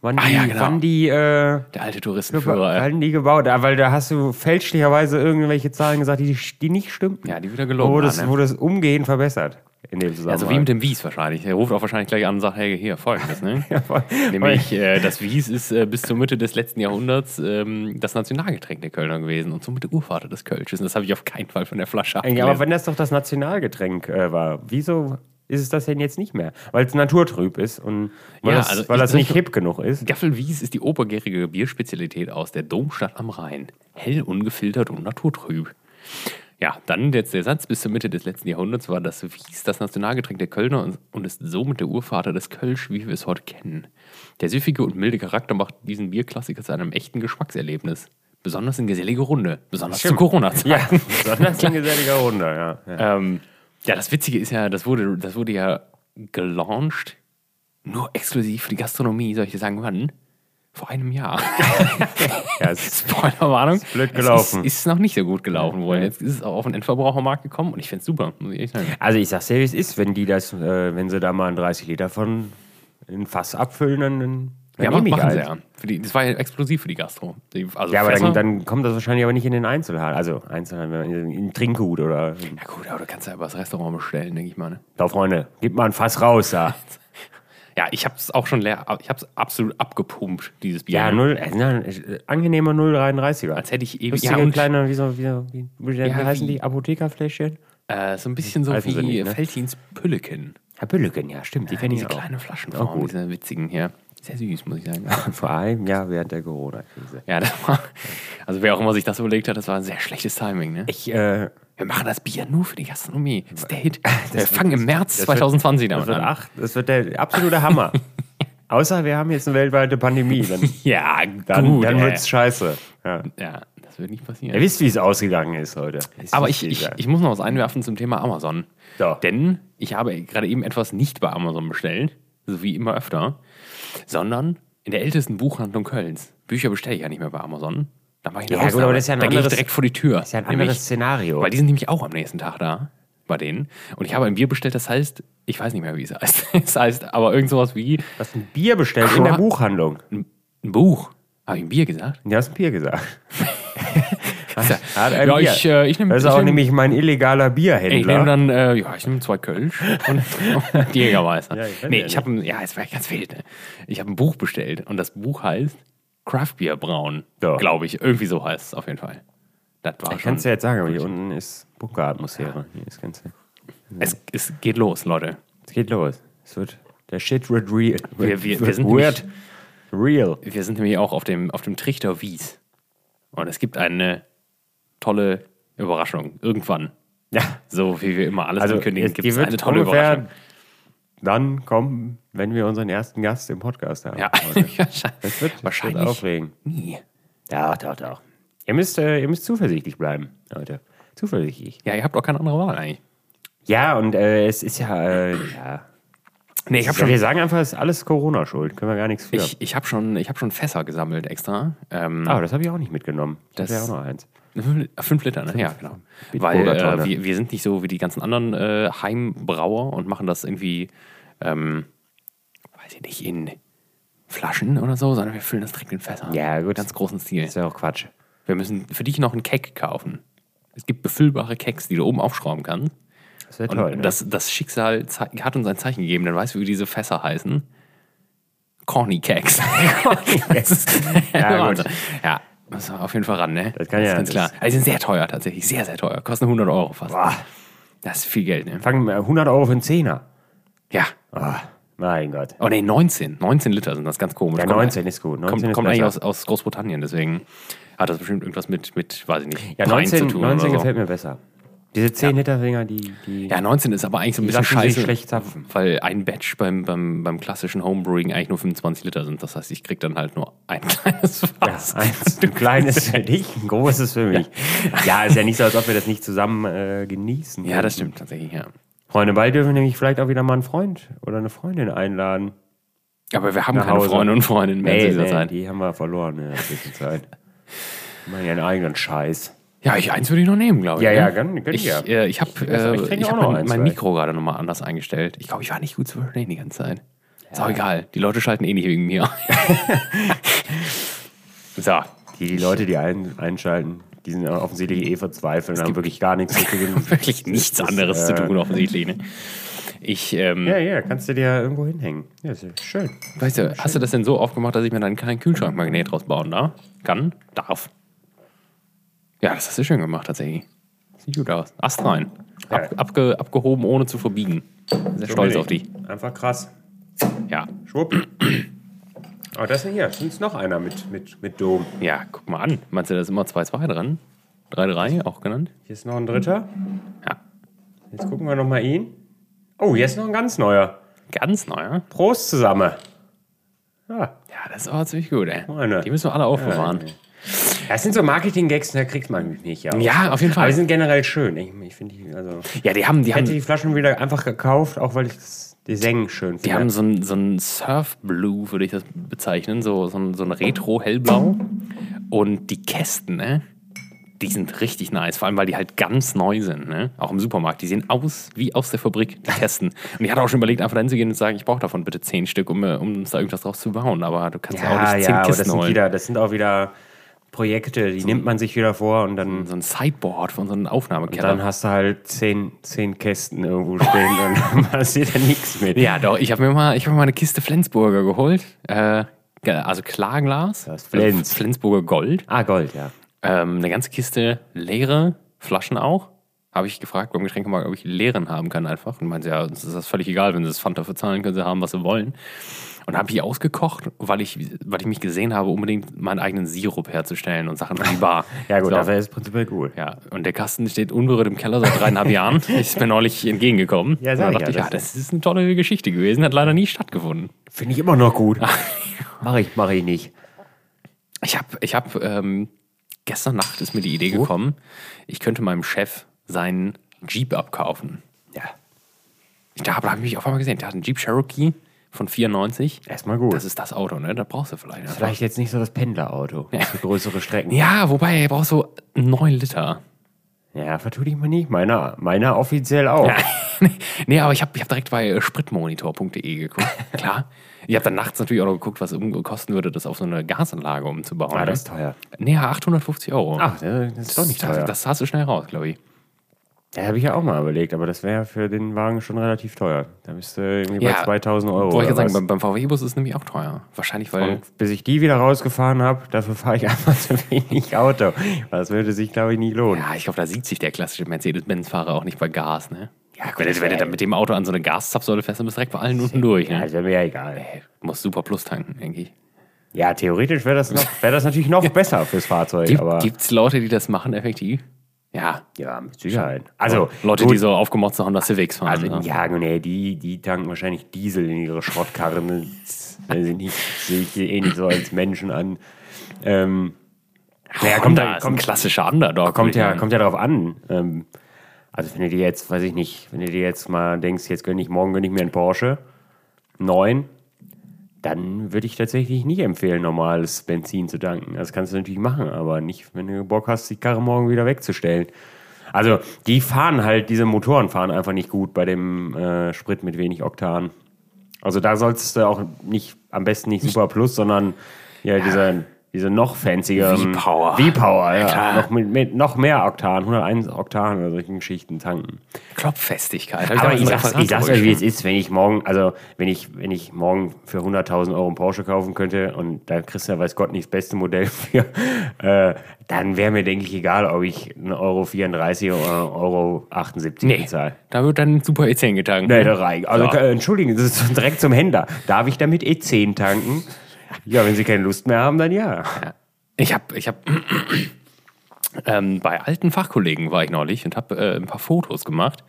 Speaker 2: Wann die,
Speaker 1: Ah, ja, genau.
Speaker 2: wann die äh,
Speaker 1: der alte Touristenführer.
Speaker 2: wann die gebaut, ah, weil da hast du fälschlicherweise irgendwelche Zahlen gesagt, die, die nicht stimmten.
Speaker 1: Ja, die wieder gelogen
Speaker 2: Wurde Oh, das,
Speaker 1: waren, ne?
Speaker 2: wurde das umgehend verbessert in dem Zusammenhang.
Speaker 1: Also wie mit dem Wies wahrscheinlich. Er ruft auch wahrscheinlich gleich an und sagt, hey, hier, folgendes, ne?
Speaker 2: voll.
Speaker 1: Nämlich, äh, das Wies ist äh, bis zur Mitte des letzten Jahrhunderts ähm, das Nationalgetränk der Kölner gewesen und somit der Urvater des Kölsches. Und das habe ich auf keinen Fall von der Flasche
Speaker 2: Ja, aber
Speaker 1: abgelesen.
Speaker 2: wenn das doch das Nationalgetränk äh, war, wieso ist es das denn jetzt nicht mehr? Weil es naturtrüb ist und weil
Speaker 1: Ja,
Speaker 2: das,
Speaker 1: also
Speaker 2: weil
Speaker 1: ich
Speaker 2: das nicht
Speaker 1: trinke-
Speaker 2: hip genug ist.
Speaker 1: Gaffelwies ist die obergärige Bierspezialität aus der Domstadt am Rhein. Hell, ungefiltert und naturtrüb. Ja, dann jetzt der Satz. Bis zur Mitte des letzten Jahrhunderts war das Wies das Nationalgetränk der Kölner und- und ist somit der Urvater des Kölsch, wie wir es heute kennen. Der süffige und milde Charakter macht diesen Bierklassiker zu einem echten Geschmackserlebnis. Besonders in gesellige Runde. Besonders
Speaker 2: Stimmt.
Speaker 1: zu Corona-Zeiten.
Speaker 2: Ja, das ist ein geselliger Runde, ja. ja.
Speaker 1: Ähm, ja, das Witzige ist ja, das wurde, das wurde ja gelauncht, nur exklusiv für die Gastronomie, soll ich dir sagen, wann? Vor einem Jahr.
Speaker 2: ja es,
Speaker 1: Spoilerwarnung. Ist
Speaker 2: blöd gelaufen.
Speaker 1: Es ist, ist noch nicht so gut gelaufen worden. Jetzt ist es auch auf den Endverbrauchermarkt gekommen und ich finde es super, muss ich ehrlich sagen.
Speaker 2: also ich sag's dir, wie es ist, wenn die das, äh, wenn sie da mal ein 30 Liter von in ein Fass abfüllen, dann, dann
Speaker 1: Ja,
Speaker 2: nehm
Speaker 1: machen
Speaker 2: ich
Speaker 1: sie
Speaker 2: eins.
Speaker 1: ja. Für die, das war ja exklusiv für die Gastro. Die, also
Speaker 2: Ja, aber
Speaker 1: Fässer-
Speaker 2: dann, dann kommt das wahrscheinlich aber nicht in den Einzelhandel. Also Einzelhandel, wenn man in in Trinkgut oder.
Speaker 1: ja gut, aber du kannst ja über das Restaurant bestellen, denke ich mal. Ne?
Speaker 2: Da, Freunde, gib mal ein Fass raus da.
Speaker 1: Ja, ich habe es auch schon leer, ich habe es absolut abgepumpt, dieses Bier.
Speaker 2: Ja,
Speaker 1: ne?
Speaker 2: null, äh, na, äh, angenehmer 0,33er.
Speaker 1: Als hätte ich ewig...
Speaker 2: Lustige
Speaker 1: und-
Speaker 2: kleine, wie, so, wie, so, wie, wie, wie heißen
Speaker 1: wie-
Speaker 2: die? Apothekerfläschchen?
Speaker 1: Äh, so ein bisschen so
Speaker 2: Heißen sie
Speaker 1: wie
Speaker 2: nicht, ne?
Speaker 1: Feltins Pülleken.
Speaker 2: Herr Bülleken, ja, stimmt. Die
Speaker 1: Ja,
Speaker 2: kenne ich
Speaker 1: diese
Speaker 2: auch.
Speaker 1: kleinen Flaschenform,
Speaker 2: Auch gut.
Speaker 1: diese witzigen hier. Sehr süß, muss ich sagen.
Speaker 2: Vor allem, ja, während der Corona-Krise.
Speaker 1: ja, das war, also wer auch immer sich das überlegt hat, das war ein sehr schlechtes Timing. Ne?
Speaker 2: Ich, äh,
Speaker 1: Wir machen das Bier nur für die Gastronomie. Das ist der Hit. wir fangen im März 2020
Speaker 2: das
Speaker 1: damit
Speaker 2: wird,
Speaker 1: an.
Speaker 2: ach, das wird der absolute Hammer. Außer wir haben jetzt eine weltweite Pandemie. Dann,
Speaker 1: Ja,
Speaker 2: dann,
Speaker 1: gut.
Speaker 2: dann
Speaker 1: ey.
Speaker 2: wird's scheiße. Ja.
Speaker 1: ja, das wird nicht
Speaker 2: Ihr
Speaker 1: passieren.
Speaker 2: wisst, wie es ausgegangen ist heute. Ist
Speaker 1: Aber
Speaker 2: nicht
Speaker 1: ich, ich,
Speaker 2: egal.
Speaker 1: ich muss noch was einwerfen zum Thema Amazon.
Speaker 2: So.
Speaker 1: Denn ich habe gerade eben etwas nicht bei Amazon bestellt, so wie immer öfter, sondern in der ältesten Buchhandlung Kölns. Bücher bestelle ich ja nicht mehr bei Amazon. Da mache ich eine
Speaker 2: Ja, gut,
Speaker 1: Ausnahme.
Speaker 2: aber das ist ja ein
Speaker 1: da gehe ich
Speaker 2: anderes-
Speaker 1: direkt vor die Tür.
Speaker 2: ist ja ein
Speaker 1: Nämlich-
Speaker 2: anderes Szenario.
Speaker 1: Weil die sind nämlich auch am nächsten Tag da, bei denen. Und ich habe ein Bier bestellt, das heißt, ich weiß nicht mehr, wie es heißt. Es heißt aber irgend sowas wie
Speaker 2: Du hast ein Bier bestellt in
Speaker 1: Cra-
Speaker 2: der Buchhandlung.
Speaker 1: ein Buch. Habe ich ein Bier gesagt?
Speaker 2: Du hast ein Bier gesagt. Hat ein
Speaker 1: ja,
Speaker 2: Bier.
Speaker 1: ich, äh, ich nehme
Speaker 2: Das ist
Speaker 1: ich
Speaker 2: auch
Speaker 1: nehm-
Speaker 2: nämlich mein illegaler
Speaker 1: Ich nehme
Speaker 2: Bierhändler.
Speaker 1: dann, äh, ja, ich nehme zwei Kölsch und, und Jägermeister.
Speaker 2: Ja, ich kenn
Speaker 1: nee,
Speaker 2: den
Speaker 1: ich habe ein, ja, jetzt war ich ganz wild. Ne? Ich habe ein Buch bestellt und das Buch heißt Craft Beer Braun,
Speaker 2: Ja.
Speaker 1: glaube ich. Irgendwie so heißt es auf jeden Fall. Das war
Speaker 2: Ich
Speaker 1: schon.
Speaker 2: kann es ja jetzt sagen, aber hier unten ist Bunkeratmosphäre. Hier ist ganz,
Speaker 1: Es, es geht los, Leute.
Speaker 2: es geht los. Es wird, der Shit wird real.
Speaker 1: Wir, wir, wir,
Speaker 2: wird
Speaker 1: sind nämlich,
Speaker 2: weird. Real.
Speaker 1: wir sind nämlich auch auf dem, auf dem Trichter Wies. Und es gibt eine tolle Überraschung. Irgendwann.
Speaker 2: Ja,
Speaker 1: So wie wir immer alles
Speaker 2: also
Speaker 1: ankündigen,
Speaker 2: jetzt,
Speaker 1: gibt
Speaker 2: die
Speaker 1: es
Speaker 2: wird
Speaker 1: eine tolle
Speaker 2: ungefähr
Speaker 1: Überraschung.
Speaker 2: dann kommen, wenn wir unseren ersten Gast im Podcast haben.
Speaker 1: Ja,
Speaker 2: Also, Das wird wahrscheinlich
Speaker 1: wahrscheinlich
Speaker 2: aufregend.
Speaker 1: nie.
Speaker 2: Ja, doch, doch. Ihr müsst, äh, ihr müsst zuversichtlich bleiben, Leute. Zuversichtlich.
Speaker 1: Ja, ihr habt auch keine andere Wahl eigentlich.
Speaker 2: Ja, und äh, es ist ja, äh, ja.
Speaker 1: Nee, ich
Speaker 2: ja, wir sagen einfach, es ist alles Corona-Schuld. Können wir gar nichts für.
Speaker 1: Ich, ich habe schon, ich hab schon Fässer gesammelt extra. Ähm,
Speaker 2: ah, das habe ich auch nicht mitgenommen. Das,
Speaker 1: Das-
Speaker 2: wäre auch noch eins.
Speaker 1: Fünf Liter, ne? Ja, genau. Weil
Speaker 2: Bitburger Tonne.
Speaker 1: äh, wir, wir sind nicht so wie die ganzen anderen äh, Heimbrauer und machen das irgendwie, ähm, weiß ich nicht, in Flaschen oder so, sondern wir füllen das direkt in Fässer.
Speaker 2: Ja, gut.
Speaker 1: Ganz großen Stil.
Speaker 2: Das ist ja auch Quatsch.
Speaker 1: Wir müssen für dich noch einen Keck kaufen. Es gibt befüllbare Keks, die du oben aufschrauben kannst.
Speaker 2: Das wäre
Speaker 1: Und
Speaker 2: toll. ne?
Speaker 1: das, das Schicksal zei- hat uns ein Zeichen gegeben. Dann weißt du, wie diese Fässer heißen. Corny Cakes. Das ist-
Speaker 2: Ja, gut.
Speaker 1: ja, muss man auf jeden Fall ran, ne?
Speaker 2: Das kann ja-
Speaker 1: ist ganz klar. Also, die sind sehr teuer tatsächlich, sehr, sehr teuer. Kosten 100 Euro fast.
Speaker 2: Boah,
Speaker 1: Das ist viel Geld, ne?
Speaker 2: fangen wir 100 Euro für einen Zehner.
Speaker 1: Ja.
Speaker 2: Ah, mein Gott.
Speaker 1: Oh ne, 19. 19 Liter sind das ganz komisch.
Speaker 2: Ja,
Speaker 1: Kommt-
Speaker 2: 19 ist gut. 19
Speaker 1: Kommt,
Speaker 2: ist
Speaker 1: kommt eigentlich
Speaker 2: besser.
Speaker 1: aus, aus Großbritannien, deswegen hat das bestimmt irgendwas mit, mit weiß ich nicht,
Speaker 2: Ja,
Speaker 1: Wein
Speaker 2: 19, 19
Speaker 1: oder so.
Speaker 2: gefällt mir besser. Diese 10 Liter Finger, die, die
Speaker 1: Ja, 19 ist aber eigentlich so ein bisschen
Speaker 2: lassen
Speaker 1: scheiße.
Speaker 2: sich schlecht zapfen.
Speaker 1: Weil ein Batch beim, beim, beim klassischen Homebrewing eigentlich nur 25 Liter sind. Das heißt, ich krieg dann halt nur ein kleines Fass.
Speaker 2: eins, ein kleines für dich, ein großes für mich. Ja, ist ja nicht so, als ob wir das nicht zusammen äh, genießen.
Speaker 1: Ja, das stimmt tatsächlich, ja.
Speaker 2: Freunde, bald dürfen wir nämlich vielleicht auch wieder mal einen Freund oder eine Freundin einladen.
Speaker 1: Aber wir haben
Speaker 2: Nach
Speaker 1: keine
Speaker 2: Hause.
Speaker 1: Freunde und Freundinnen mehr in dieser Zeit.
Speaker 2: die haben wir verloren in der Zwischenzeit. Die machen ja einen eigenen Scheiß.
Speaker 1: Ja, ich eins würde ich noch nehmen, glaube ich.
Speaker 2: Ja,
Speaker 1: ne?
Speaker 2: ja, gönn- gönn
Speaker 1: ich,
Speaker 2: dir.
Speaker 1: äh, ich habe
Speaker 2: also,
Speaker 1: äh,
Speaker 2: ich trinke
Speaker 1: ich
Speaker 2: auch
Speaker 1: hab
Speaker 2: noch
Speaker 1: mein,
Speaker 2: eins,
Speaker 1: mein
Speaker 2: weil- Mikro.
Speaker 1: Mikro gerade nochmal anders eingestellt. Ich glaube, ich war nicht gut zu verstehen die ganze Zeit. Ist auch egal. Die Leute schalten eh nicht wegen mir. so.
Speaker 2: Die, die Leute, die ein, einschalten, die sind offensichtlich eh verzweifelt und haben wirklich gar nichts zu tun.
Speaker 1: Wirklich nichts
Speaker 2: Das,
Speaker 1: anderes zu
Speaker 2: äh,
Speaker 1: tun, offensichtlich. Ne? Ich, ähm,
Speaker 2: Ja, ja, kannst du dir irgendwo hinhängen. Ja, ist ja schön.
Speaker 1: Weißt du, hast du das denn so aufgemacht, dass ich mir dann keinen Kühlschrankmagnet rausbauen darf? Kann? Darf. Ja, das hast du schön gemacht, tatsächlich. Sieht gut aus. Ast rein. Ab,
Speaker 2: Ja.
Speaker 1: abge, abgehoben, ohne zu verbiegen. Sehr stolz auf dich.
Speaker 2: Einfach krass.
Speaker 1: Ja.
Speaker 2: Schwupp. Oh, das hier. Ist noch einer mit, mit, mit Dom.
Speaker 1: Ja, guck mal an. Meinst du, da ist immer 2-2 dran? 3-3 auch genannt?
Speaker 2: Hier ist noch ein dritter.
Speaker 1: Ja.
Speaker 2: Jetzt gucken wir nochmal ihn. Oh, hier ist noch ein ganz neuer.
Speaker 1: Ganz neu, ja?
Speaker 2: Prost zusammen. Ah. Ja,
Speaker 1: Ja, das ist aber ziemlich gut, ey.
Speaker 2: Meine.
Speaker 1: Die müssen wir alle aufbewahren.
Speaker 2: das sind so Marketing-Gags, da kriegt man mich nicht. Ja,
Speaker 1: Ja, auf jeden
Speaker 2: Aber
Speaker 1: Fall.
Speaker 2: die sind generell schön. Ich, ich finde die, also. Ich
Speaker 1: Ja, die haben, die
Speaker 2: hätte
Speaker 1: haben,
Speaker 2: die Flaschen wieder einfach gekauft, auch weil ich das Design schön finde.
Speaker 1: Die haben so ein, so ein Surf-Blue, würde ich das bezeichnen, so, so ein, so ein Retro-Hellblau. Und die Kästen, ne? Die sind richtig nice, vor allem weil die halt ganz neu sind, ne? Auch im Supermarkt. Die sehen aus wie aus der Fabrik, die Kästen. Und ich hatte auch schon überlegt, einfach hinzugehen und zu sagen, ich brauche davon bitte zehn Stück, um, äh, um uns da irgendwas draus zu bauen. Aber du kannst ja, auch
Speaker 2: ja,
Speaker 1: nicht zehn
Speaker 2: ja, aber das
Speaker 1: Kisten
Speaker 2: sind,
Speaker 1: holen.
Speaker 2: wieder, das sind auch wieder Projekte, die nimmt man sich wieder vor und dann,
Speaker 1: So ein Sideboard von so einem Aufnahmekeller.
Speaker 2: dann hast du halt zehn, zehn Kästen irgendwo stehen und dann passiert ja nichts mit.
Speaker 1: Ja, doch, ich habe mir mal, ich hab mir mal eine Kiste Flensburger geholt. Äh, ge- also Klarglas.
Speaker 2: Das Flens.
Speaker 1: Flensburger Gold.
Speaker 2: Ah, Gold, ja.
Speaker 1: Ähm, eine ganze Kiste leere Flaschen auch. Habe ich gefragt beim Getränkemarkt, ob ich leeren haben kann einfach. Und meinte, ja, uns ist das völlig egal, wenn sie das Fanta verzahlen, können sie haben, was sie wollen. Und habe ich ausgekocht, weil ich, weil ich mich gesehen habe, unbedingt meinen eigenen Sirup herzustellen und Sachen für die Bar.
Speaker 2: Ja, gut,
Speaker 1: so.
Speaker 2: dafür ist es prinzipiell cool.
Speaker 1: Ja, und der Kasten steht unberührt im Keller seit dreieinhalb Jahren. Ist mir neulich entgegengekommen.
Speaker 2: Ja,
Speaker 1: Und
Speaker 2: sag
Speaker 1: da
Speaker 2: ich
Speaker 1: dachte
Speaker 2: ja,
Speaker 1: ich, ja,
Speaker 2: das
Speaker 1: das ist eine tolle Geschichte gewesen, hat leider nie stattgefunden.
Speaker 2: Finde ich immer noch gut.
Speaker 1: Ah,
Speaker 2: Mache ich, mache ich nicht.
Speaker 1: Ich habe ich hab, ähm, gestern Nacht ist mir die Idee gekommen, ich könnte meinem Chef seinen Jeep abkaufen.
Speaker 2: Ja,
Speaker 1: Ich, da habe ich mich auf einmal gesehen. Der hat einen Jeep Cherokee von 94.
Speaker 2: erstmal gut.
Speaker 1: Das ist das Auto, ne? Da brauchst du vielleicht. einfach.
Speaker 2: Vielleicht jetzt nicht so das Pendlerauto für größere Strecken.
Speaker 1: Ja, wobei, er braucht so 9 Liter.
Speaker 2: Ja, vertue dich mal nicht. Meiner, meiner offiziell auch.
Speaker 1: nee, aber ich habe ich hab direkt bei äh, spritmonitor.de geguckt. Klar. Ich habe dann nachts natürlich auch noch geguckt, was es kosten würde, das auf so eine Gasanlage umzubauen.
Speaker 2: Ah,
Speaker 1: ne?
Speaker 2: das ist teuer.
Speaker 1: Nee, 850 Euro.
Speaker 2: Ach, das ist doch nicht
Speaker 1: das,
Speaker 2: teuer.
Speaker 1: das hast du schnell raus, glaube ich.
Speaker 2: Ja, habe ich ja auch mal überlegt, aber das wäre für den Wagen schon relativ teuer. Da bist du irgendwie
Speaker 1: Ja,
Speaker 2: bei 2000 Euro.
Speaker 1: Wollte ich
Speaker 2: oder
Speaker 1: gerade sagen,
Speaker 2: was.
Speaker 1: beim, beim VW-Bus ist es nämlich auch teuer. Wahrscheinlich, weil.
Speaker 2: Und bis ich die wieder rausgefahren habe, dafür fahre ich einfach zu wenig Auto. Das würde sich, glaube ich, nicht lohnen.
Speaker 1: Ja, ich glaube, da sieht sich der klassische Mercedes-Benz-Fahrer auch nicht bei Gas, ne? Ja, gut, wenn, du- wenn du dann mit dem Auto an so eine Gaszapfsäule fährst, dann bist du direkt bei allen unten durch.
Speaker 2: Ja,
Speaker 1: Ne?
Speaker 2: das wäre mir ja egal.
Speaker 1: Muss super Plus tanken, denke ich.
Speaker 2: Ja, theoretisch wäre das, noch- wär das natürlich noch besser fürs Fahrzeug,
Speaker 1: Gibt,
Speaker 2: aber
Speaker 1: Gibt's Leute, die das machen, effektiv? Ja.
Speaker 2: ja, mit Sicherheit. Also,
Speaker 1: Leute,
Speaker 2: gut,
Speaker 1: die so aufgemotzte Honda Civics fahren.
Speaker 2: Also,
Speaker 1: ne?
Speaker 2: ja, nee, die, die tanken wahrscheinlich Diesel in ihre Schrottkarren. Das weiß ich nicht, sehe ich eh nicht so als Menschen an. Ähm, naja, kommt,
Speaker 1: Honda
Speaker 2: da,
Speaker 1: ist ein
Speaker 2: kommt,
Speaker 1: klassischer Underdog.
Speaker 2: kommt, ja,
Speaker 1: kommt.
Speaker 2: kommt ja drauf an. Ähm, also, wenn du dir jetzt, weiß ich nicht, wenn du dir jetzt mal denkst, jetzt gönne ich morgen gönne ich mir einen Porsche, neun, dann würde ich tatsächlich nicht empfehlen, normales Benzin zu tanken. Das kannst du natürlich machen, aber nicht, wenn du Bock hast, die Karre morgen wieder wegzustellen. Also, die fahren halt, diese Motoren fahren einfach nicht gut bei dem äh, Sprit mit wenig Oktan. Also, da solltest du auch nicht, am besten nicht Super Plus, sondern ja, diese, diese noch fancigere.
Speaker 1: V-Power.
Speaker 2: V-Power, ja.
Speaker 1: klar.
Speaker 2: Noch, mit, mit noch mehr Oktan, 101 Oktan oder solchen Geschichten tanken.
Speaker 1: Klopffestigkeit. Hab
Speaker 2: Aber
Speaker 1: damals
Speaker 2: ich
Speaker 1: ein
Speaker 2: sag's,
Speaker 1: Referat
Speaker 2: ich sag's
Speaker 1: drüber
Speaker 2: euch, wie es
Speaker 1: geschrieben.
Speaker 2: ist, wenn ich morgen, also wenn ich, wenn ich morgen für 100.000 Euro einen Porsche kaufen könnte und da kriegst du ja, weiß Gott, nicht das beste Modell für, äh, dann wäre mir, denke ich, egal, ob ich einen Euro 34 oder einen Euro 78
Speaker 1: Nee,
Speaker 2: bezahle.
Speaker 1: da wird dann ein super E10 getankt.
Speaker 2: Nee, da rein. Also,
Speaker 1: Ja.
Speaker 2: äh, entschuldigen, das ist direkt zum Händler. Darf ich damit E10 tanken? Ja, wenn sie keine Lust mehr haben, dann ja.
Speaker 1: Ich habe ich hab, ähm, bei alten Fachkollegen war ich neulich und habe äh, ein paar Fotos gemacht.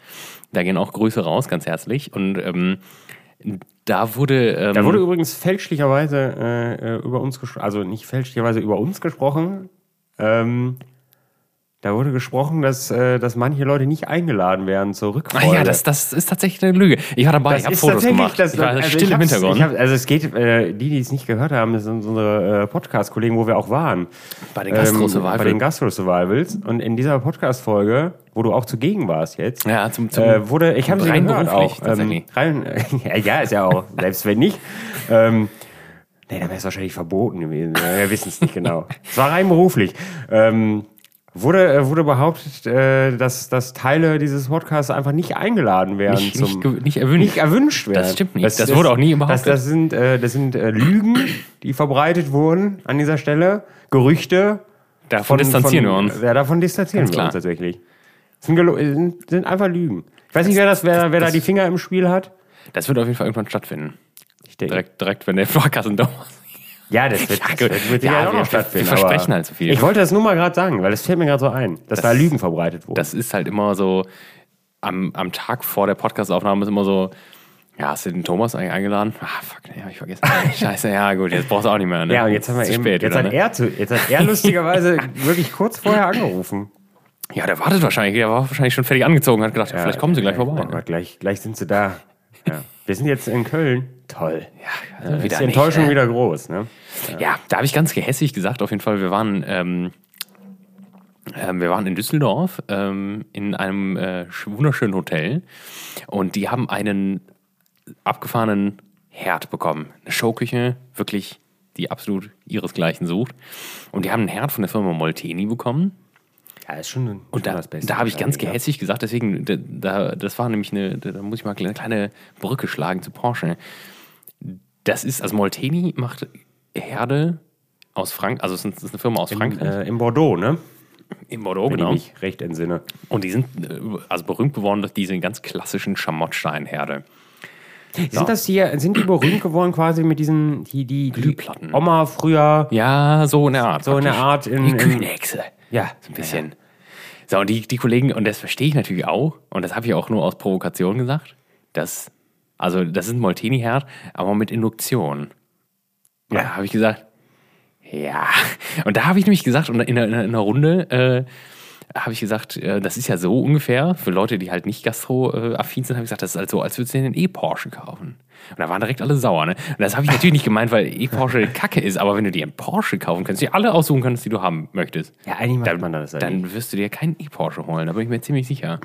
Speaker 1: Da gehen auch Grüße raus, ganz herzlich. Und ähm, da wurde, ähm,
Speaker 2: Da wurde übrigens fälschlicherweise äh, äh, über uns gesprochen, also nicht fälschlicherweise über uns gesprochen. Ähm, da wurde gesprochen, dass, äh, dass manche Leute nicht eingeladen werden zur
Speaker 1: Ah
Speaker 2: Rückfolge.
Speaker 1: ja, das, das ist tatsächlich eine Lüge. Ich war dabei, ich habe Fotos gemacht.
Speaker 2: Das,
Speaker 1: ich war
Speaker 2: also
Speaker 1: still
Speaker 2: ich
Speaker 1: im
Speaker 2: hab's-
Speaker 1: Hintergrund.
Speaker 2: Ich hab, also es geht, äh, die, die es nicht gehört haben, das sind unsere äh, Podcast-Kollegen, wo wir auch waren.
Speaker 1: bei den Gastro-Survival.
Speaker 2: Ähm, bei den Gastro-Survivals. Und in dieser Podcast-Folge, wo du auch zugegen warst jetzt,
Speaker 1: ja, zum, zum
Speaker 2: äh, wurde, ich habe sie
Speaker 1: rein
Speaker 2: gehört
Speaker 1: beruflich
Speaker 2: auch. Ähm,
Speaker 1: tatsächlich.
Speaker 2: rein, ja, ja, ist ja auch, selbst wenn nicht. Ähm, nee, dann wäre es wahrscheinlich verboten gewesen. Ja, Wir wissen es nicht genau. Es war rein beruflich. Ähm, wurde, äh, wurde behauptet, äh, dass, dass Teile dieses Podcasts einfach nicht eingeladen werden.
Speaker 1: nicht,
Speaker 2: zum,
Speaker 1: nicht, ge- nicht erwünscht.
Speaker 2: nicht erwünscht werden.
Speaker 1: Das stimmt nicht. Das wurde auch nie behauptet.
Speaker 2: Das, das sind, äh, das sind äh, Lügen, die verbreitet wurden an dieser Stelle. Gerüchte.
Speaker 1: Davon distanzieren
Speaker 2: von,
Speaker 1: wir uns.
Speaker 2: Ja, davon distanzieren wir
Speaker 1: klar.
Speaker 2: uns tatsächlich. Das sind, gelo- äh, sind, sind einfach Lügen. Ich weiß nicht, wer, das, wer, wer da die Finger im Spiel hat.
Speaker 1: das wird auf jeden Fall irgendwann stattfinden.
Speaker 2: Ich denke,
Speaker 1: Direkt, direkt wenn der Fahrkassen dauert.
Speaker 2: ja, das wird,
Speaker 1: Ja,
Speaker 2: das
Speaker 1: gut.
Speaker 2: wird, wird
Speaker 1: Ja,
Speaker 2: sicher auch
Speaker 1: wir-
Speaker 2: noch stattfinden.
Speaker 1: wir versprechen
Speaker 2: aber
Speaker 1: halt so viel.
Speaker 2: Ich wollte das nur mal gerade sagen, weil das fällt mir gerade so ein, dass da Lügen verbreitet wurden.
Speaker 1: Das ist halt immer so, am, am Tag vor der Podcastaufnahme ist immer so, ja, hast du den Thomas eigentlich eingeladen? Ah, fuck, nee, hab ich vergessen. Scheiße, ja gut, jetzt brauchst du auch nicht mehr. Ne?
Speaker 2: ja, und jetzt haben wir
Speaker 1: Ist zu
Speaker 2: eben,
Speaker 1: spät
Speaker 2: jetzt,
Speaker 1: wieder,
Speaker 2: hat
Speaker 1: ne?
Speaker 2: er zu, jetzt hat er lustigerweise wirklich kurz vorher angerufen.
Speaker 1: Ja, der wartet wahrscheinlich, der war wahrscheinlich schon fertig angezogen, hat gedacht, ja, vielleicht kommen sie gleich vorbei. ne?
Speaker 2: Oh Gott, gleich, gleich sind sie da. Ja. Wir sind jetzt in Köln. Toll. Ja,
Speaker 1: also
Speaker 2: ist
Speaker 1: wieder
Speaker 2: die
Speaker 1: nicht,
Speaker 2: Enttäuschung
Speaker 1: ne?
Speaker 2: wieder groß. Ne?
Speaker 1: Ja, da habe ich ganz gehässig gesagt, auf jeden Fall, wir waren, ähm, ähm, wir waren in Düsseldorf ähm, in einem äh, sch- wunderschönen Hotel und die haben einen abgefahrenen Herd bekommen. Eine Showküche, wirklich, die absolut ihresgleichen sucht. Und die haben einen Herd von der Firma Molteni bekommen.
Speaker 2: Ja, ist schon, schon
Speaker 1: Und da,
Speaker 2: das Beste.
Speaker 1: da habe ich ganz
Speaker 2: Ja.
Speaker 1: gehässig gesagt, deswegen, da- da, das war nämlich eine, da, da muss ich mal eine kleine Brücke schlagen zu Porsche. Das ist, also Molteni macht Herde aus Frank, also es ist es ist eine Firma aus Frankreich,
Speaker 2: Äh, in Bordeaux, ne?
Speaker 1: im Bordeaux,
Speaker 2: Wenn
Speaker 1: genau.
Speaker 2: ich mich recht entsinne.
Speaker 1: Und die sind äh, also berühmt geworden durch diese ganz klassischen Schamottsteinherde.
Speaker 2: Sind das hier, sind die berühmt geworden quasi mit diesen, die, die, die
Speaker 1: Glühplatten.
Speaker 2: Oma früher,
Speaker 1: Ja, so eine Art.
Speaker 2: so eine
Speaker 1: praktisch.
Speaker 2: Art in,
Speaker 1: Die
Speaker 2: in
Speaker 1: Kühnexe.
Speaker 2: ja,
Speaker 1: So ein bisschen. So, und die, die Kollegen, und das verstehe ich natürlich auch, und das habe ich auch nur aus Provokation gesagt, dass, also das ist ein Moltini-Herd, aber mit Induktion. Ja. Da habe ich gesagt, ja. Und da habe ich nämlich gesagt, und in einer, in einer Runde, äh, habe ich gesagt, äh, das ist ja so ungefähr, für Leute, die halt nicht gastroaffin sind, habe ich gesagt, das ist halt so, als würdest du dir einen E-Porsche kaufen. Und da waren direkt alle sauer. Ne? Und das habe ich natürlich nicht gemeint, weil E-Porsche kacke ist, aber wenn du dir einen Porsche kaufen kannst, dir alle aussuchen kannst, die du haben möchtest,
Speaker 2: Ja, eigentlich macht
Speaker 1: dann,
Speaker 2: man das halt
Speaker 1: dann wirst du dir keinen E-Porsche holen, da bin ich mir ziemlich sicher.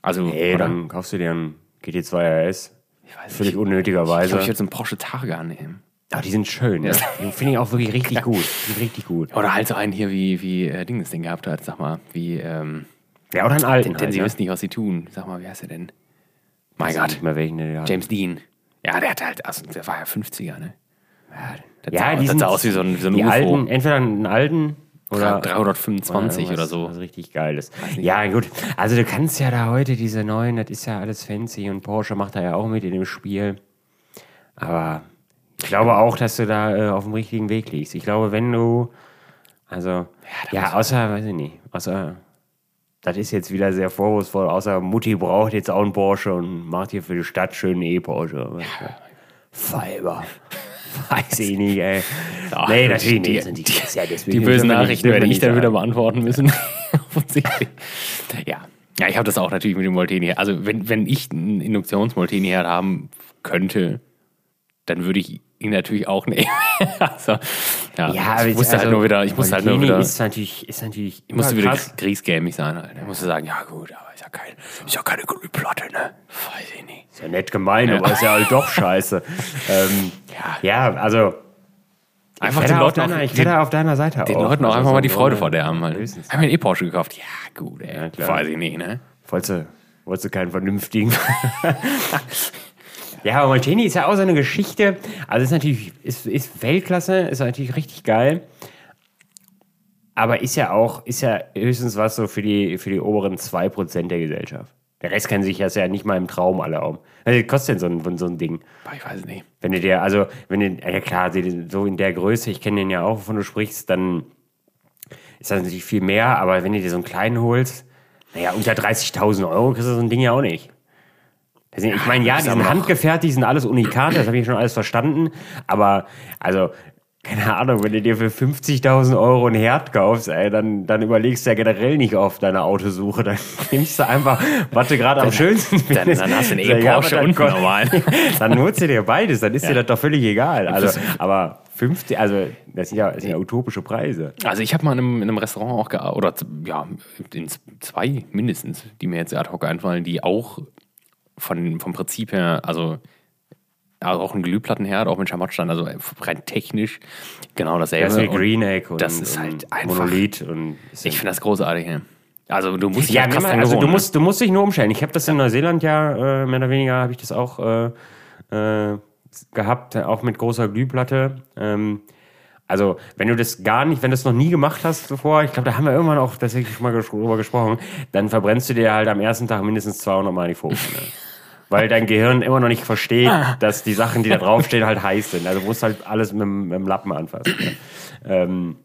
Speaker 1: Also,
Speaker 2: Ey,
Speaker 1: oder?
Speaker 2: dann kaufst du dir einen GT2 RS.
Speaker 1: ich weiß
Speaker 2: Völlig
Speaker 1: nicht. Ich
Speaker 2: unnötigerweise.
Speaker 1: glaube, ich jetzt einen Porsche Targa nehmen.
Speaker 2: Aber die sind schön. Ja. Die finde ich auch wirklich richtig gut. Die sind richtig gut.
Speaker 1: Oder halt so einen hier, wie, wie äh, Ding das Ding gehabt hat, sag mal, wie, ähm,
Speaker 2: Ja, oder einen alten.
Speaker 1: denn
Speaker 2: halt,
Speaker 1: sie
Speaker 2: ne?
Speaker 1: wissen nicht, was sie tun. Sag mal, wie heißt er denn? Mein
Speaker 2: Weiß ich
Speaker 1: Gott,
Speaker 2: nicht mehr welchen der hat.
Speaker 1: James Dean. Ja, der hat halt, also der war ja 50er, ne? Ja, das
Speaker 2: Ja,
Speaker 1: sah,
Speaker 2: die
Speaker 1: das
Speaker 2: sind-
Speaker 1: sah aus wie so ein, wie so ein
Speaker 2: die
Speaker 1: UFO.
Speaker 2: alten, entweder einen alten
Speaker 1: Drei-
Speaker 2: oder
Speaker 1: 325 oder,
Speaker 2: irgendwas,
Speaker 1: so.
Speaker 2: Was richtig geiles. Ja, gut. Also du kannst ja da heute diese neuen, das ist ja alles fancy und Porsche macht da ja auch mit in dem Spiel. Aber ich glaube auch, dass du da äh, auf dem richtigen Weg liegst. Ich glaube, wenn du, also, ja, außer, weiß ich nicht, außer, das ist jetzt wieder sehr vorwurfsvoll, außer Mutti braucht jetzt auch einen Porsche und macht hier für die Stadt schönen E-Porsche. Fiber. Weiß ich nicht, ey. nee, natürlich
Speaker 1: die-
Speaker 2: nicht. Sind die, ja, deswegen
Speaker 1: Die bösen
Speaker 2: dürfen wir nicht-
Speaker 1: Nachrichten
Speaker 2: dürfen wir
Speaker 1: werde ich
Speaker 2: nicht
Speaker 1: dann
Speaker 2: sagen.
Speaker 1: wieder beantworten müssen. Offensichtlich. Ja. Ja, ich habe das auch natürlich mit dem Molteni. her- Also, wenn, wenn ich einen Induktionsmolteni-Herd haben könnte, dann würde ich ihn natürlich auch nehmen. also, ja,
Speaker 2: Ja, aber
Speaker 1: ich
Speaker 2: jetzt
Speaker 1: musste halt
Speaker 2: also,
Speaker 1: nur wieder, ich musste halt nur
Speaker 2: Voltini
Speaker 1: wieder, ich
Speaker 2: Ist natürlich, ist natürlich immer
Speaker 1: musste wieder
Speaker 2: krass.
Speaker 1: griesgämig sein. Halt. Ich musste sagen, ja gut, aber ist ja, kein, ist ja keine Glühplatte, ne? Weiß ich nicht.
Speaker 2: Ist ja nett gemein, aber ist ja halt doch scheiße. ähm, ja. also.
Speaker 1: Einfach
Speaker 2: ich
Speaker 1: den
Speaker 2: werde auf
Speaker 1: Leuten
Speaker 2: deiner,
Speaker 1: auch,
Speaker 2: ich werde
Speaker 1: den,
Speaker 2: auf deiner Seite
Speaker 1: den Leuten auch
Speaker 2: Also
Speaker 1: einfach
Speaker 2: so
Speaker 1: mal die Freude
Speaker 2: ohne-
Speaker 1: verderben. Halt.
Speaker 2: höchstens.
Speaker 1: Haben wir einen E-Porsche gekauft? Ja, gut, ey.
Speaker 2: Ja, klar.
Speaker 1: Weiß ich nicht, ne?
Speaker 2: Wolltest du, wolltest du keinen vernünftigen? ja, aber Molteni ist ja auch so eine Geschichte. Also ist natürlich, ist, ist Weltklasse, ist natürlich richtig geil. Aber ist ja auch, ist ja höchstens was so für die, für die oberen 2% der Gesellschaft. Der Rest kann sich das ja nicht mal im Traum alle um. Also, was kostet denn so ein, so ein Ding?
Speaker 1: Boah, Ah, Ich weiß es nicht.
Speaker 2: Wenn du dir, also, wenn du, ja klar, die- so in der Größe, ich kenne den ja auch, wovon du sprichst, dann ist das natürlich viel mehr, aber wenn du dir so einen kleinen holst, naja, unter 30.000 Euro kriegst du so ein Ding ja auch nicht. Also, ich meine, ja, die sind handgefertigt, die sind alles Unikate, das habe ich schon alles verstanden, aber, also, keine Ahnung, wenn du dir für 50.000 Euro einen Herd kaufst, ey, dann, dann überlegst du ja generell nicht auf deine Autosuche, dann nimmst du einfach, was du gerade am schönsten
Speaker 1: Dann, dann hast du einen
Speaker 2: Ja, aber
Speaker 1: E-Porsche
Speaker 2: dann
Speaker 1: und einen
Speaker 2: kost-
Speaker 1: normalen.
Speaker 2: dann holst du dir beides, dann ist dir das doch völlig egal. Also, aber 50, also das sind ja, das sind ja utopische Preise.
Speaker 1: Also ich habe mal in einem, in einem Restaurant auch gearbeitet, oder z- ja, in z- zwei mindestens, die mir jetzt ad hoc einfallen, die auch von, vom Prinzip her, also ja, auch ein Glühplattenherd, auch mit Schamattstein, also rein technisch genau dasselbe.
Speaker 2: Das ist wie
Speaker 1: Und
Speaker 2: Green Egg ne? und,
Speaker 1: das ist halt
Speaker 2: und
Speaker 1: einfach-
Speaker 2: Monolith und
Speaker 1: Ich finde das großartig. ne? Also du musst dich
Speaker 2: ja,
Speaker 1: halt
Speaker 2: nimm
Speaker 1: krass
Speaker 2: mal,
Speaker 1: dran
Speaker 2: also du
Speaker 1: gewöhnen, ne?
Speaker 2: musst, du musst dich nur umstellen. Ich habe das in Neuseeland ja äh, mehr oder weniger habe ich das auch äh, äh, gehabt, auch mit großer Glühplatte. Ähm, also wenn du das gar nicht, wenn du das noch nie gemacht hast zuvor, ich glaube, da haben wir irgendwann auch tatsächlich schon mal ges- drüber gesprochen, dann verbrennst du dir halt am ersten Tag mindestens 200 Mal die Pfoten. Ne? Weil dein Gehirn immer noch nicht versteht, dass die Sachen, die da draufstehen, halt heiß sind. Also du musst halt alles mit, dem- mit dem Lappen anfassen. Ne? Ähm,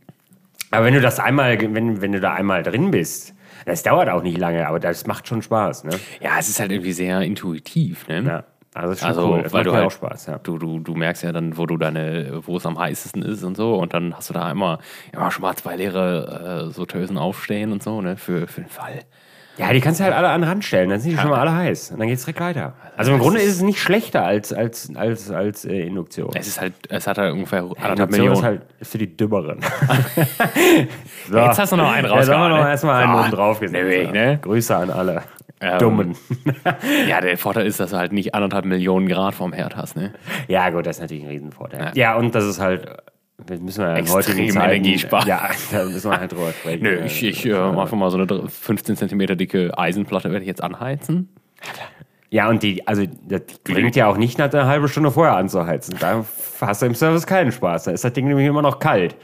Speaker 2: aber wenn du das einmal, wenn, wenn du da einmal drin bist, das dauert auch nicht lange, aber das macht schon Spaß, ne?
Speaker 1: Ja, es ist halt irgendwie sehr intuitiv, ne?
Speaker 2: Ja. Also das ist schon
Speaker 1: Also,
Speaker 2: cool. Das
Speaker 1: weil
Speaker 2: macht
Speaker 1: du
Speaker 2: mir
Speaker 1: halt
Speaker 2: auch Spaß, ja.
Speaker 1: Du, du, du merkst ja dann, wo du deine, wo es am heißesten ist und so. Und dann hast du da immer, immer schon mal zwei leere äh, so Tösen aufstehen und so, ne? Für, für den Fall.
Speaker 2: Ja, die kannst du halt alle an den Rand stellen, dann sind die schon mal alle heiß. Und dann geht's direkt weiter. Also im Grunde ist es nicht schlechter als, als, als, als äh, Induktion.
Speaker 1: Es ist halt, es hat halt ungefähr anderthalb
Speaker 2: Induktion
Speaker 1: Millionen.
Speaker 2: ist halt für die Dümmeren. so.
Speaker 1: Jetzt hast du noch einen
Speaker 2: Ja, jetzt
Speaker 1: rausgehauen,
Speaker 2: haben wir noch
Speaker 1: ne?
Speaker 2: erstmal einen
Speaker 1: Ah,
Speaker 2: oben draufgesetzt.
Speaker 1: nämlich, ne?
Speaker 2: Grüße an alle
Speaker 1: Ähm,
Speaker 2: Dummen.
Speaker 1: Ja, der Vorteil ist, dass du halt nicht anderthalb Millionen Grad vom Herd hast, ne?
Speaker 2: Ja, gut, das ist natürlich ein Riesenvorteil. Ja, und das ist halt, das müssen wir ja in heutigen
Speaker 1: Extrem
Speaker 2: Zeiten,
Speaker 1: Energiesparen.
Speaker 2: Ja, da müssen wir halt drüber sprechen.
Speaker 1: Nö, ich, ich äh, einfach mal so eine dr- 15 Zentimeter dicke Eisenplatte werde ich jetzt anheizen.
Speaker 2: Ja, und die, also das bringt ja auch nicht nach einer halben Stunde vorher anzuheizen. Da hast du im Service keinen Spaß. Da ist das Ding nämlich immer noch kalt.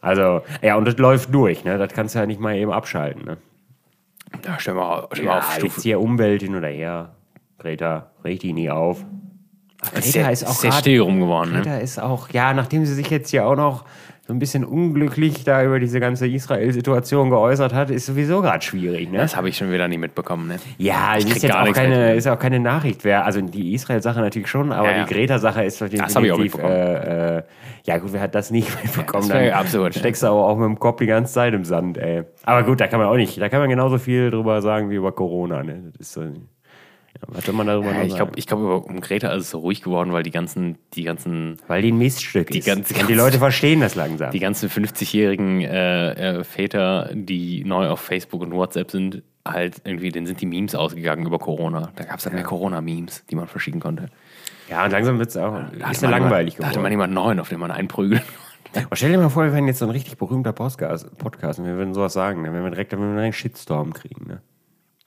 Speaker 2: Also, ja, und das läuft durch, ne? Das kannst du ja nicht mal eben abschalten, ne?
Speaker 1: Ja, stell mal, stell mal
Speaker 2: Ja,
Speaker 1: auf
Speaker 2: jetzt
Speaker 1: Stufe.
Speaker 2: hier Umwelt hin oder her. Greta, reg dich nie auf. Ach,
Speaker 1: sehr, sehr still rum geworden, ne?
Speaker 2: Greta ist auch, ja, nachdem sie sich jetzt hier auch noch so ein bisschen unglücklich da über diese ganze Israel-Situation geäußert hat, ist sowieso gerade schwierig. Ne?
Speaker 1: Das habe ich schon wieder nicht mitbekommen. Ne?
Speaker 2: Ja,
Speaker 1: Ich
Speaker 2: es
Speaker 1: krieg
Speaker 2: ist jetzt
Speaker 1: gar
Speaker 2: auch
Speaker 1: nichts
Speaker 2: keine,
Speaker 1: mit.
Speaker 2: ist auch keine Nachricht, wer, also die Israel-Sache natürlich schon, aber
Speaker 1: Ja, ja.
Speaker 2: die Greta-Sache ist definitiv,
Speaker 1: Das hab ich auch mitbekommen.
Speaker 2: äh, äh, ja gut, wer hat das nicht
Speaker 1: Ja, das
Speaker 2: mitbekommen?
Speaker 1: wär
Speaker 2: Dann
Speaker 1: ja absurd.
Speaker 2: Steckst du aber auch mit dem Kopf die ganze Zeit im Sand, ey. Aber gut, da kann man auch nicht, da kann man genauso viel drüber sagen wie über Corona, ne? Das ist so, ja, was soll man darüber
Speaker 1: Ja,
Speaker 2: noch
Speaker 1: ich
Speaker 2: sagen?
Speaker 1: glaube, ich glaub, über- um Greta ist es so ruhig geworden, weil die ganzen, die ganzen,
Speaker 2: Weil die ein Miststück ist.
Speaker 1: ganze-
Speaker 2: Und die Leute verstehen das langsam.
Speaker 1: die ganzen 50-jährigen äh, äh, Väter, die neu auf Facebook und WhatsApp sind, halt irgendwie, denen sind die Memes ausgegangen über Corona. Da gab es dann mehr Corona-Memes, die man verschicken konnte.
Speaker 2: ja, und langsam wird es auch
Speaker 1: Da
Speaker 2: ist
Speaker 1: hatte
Speaker 2: ja
Speaker 1: man
Speaker 2: langweilig
Speaker 1: immer- Da hatte
Speaker 2: geworden.
Speaker 1: man jemanden neuen, auf den man einprügeln
Speaker 2: Aber stell dir mal vor, wir wären jetzt so ein richtig berühmter Podcast, Podcast und wir würden sowas sagen, ne? wenn wir direkt, wenn wir direkt einen Shitstorm kriegen. Ne?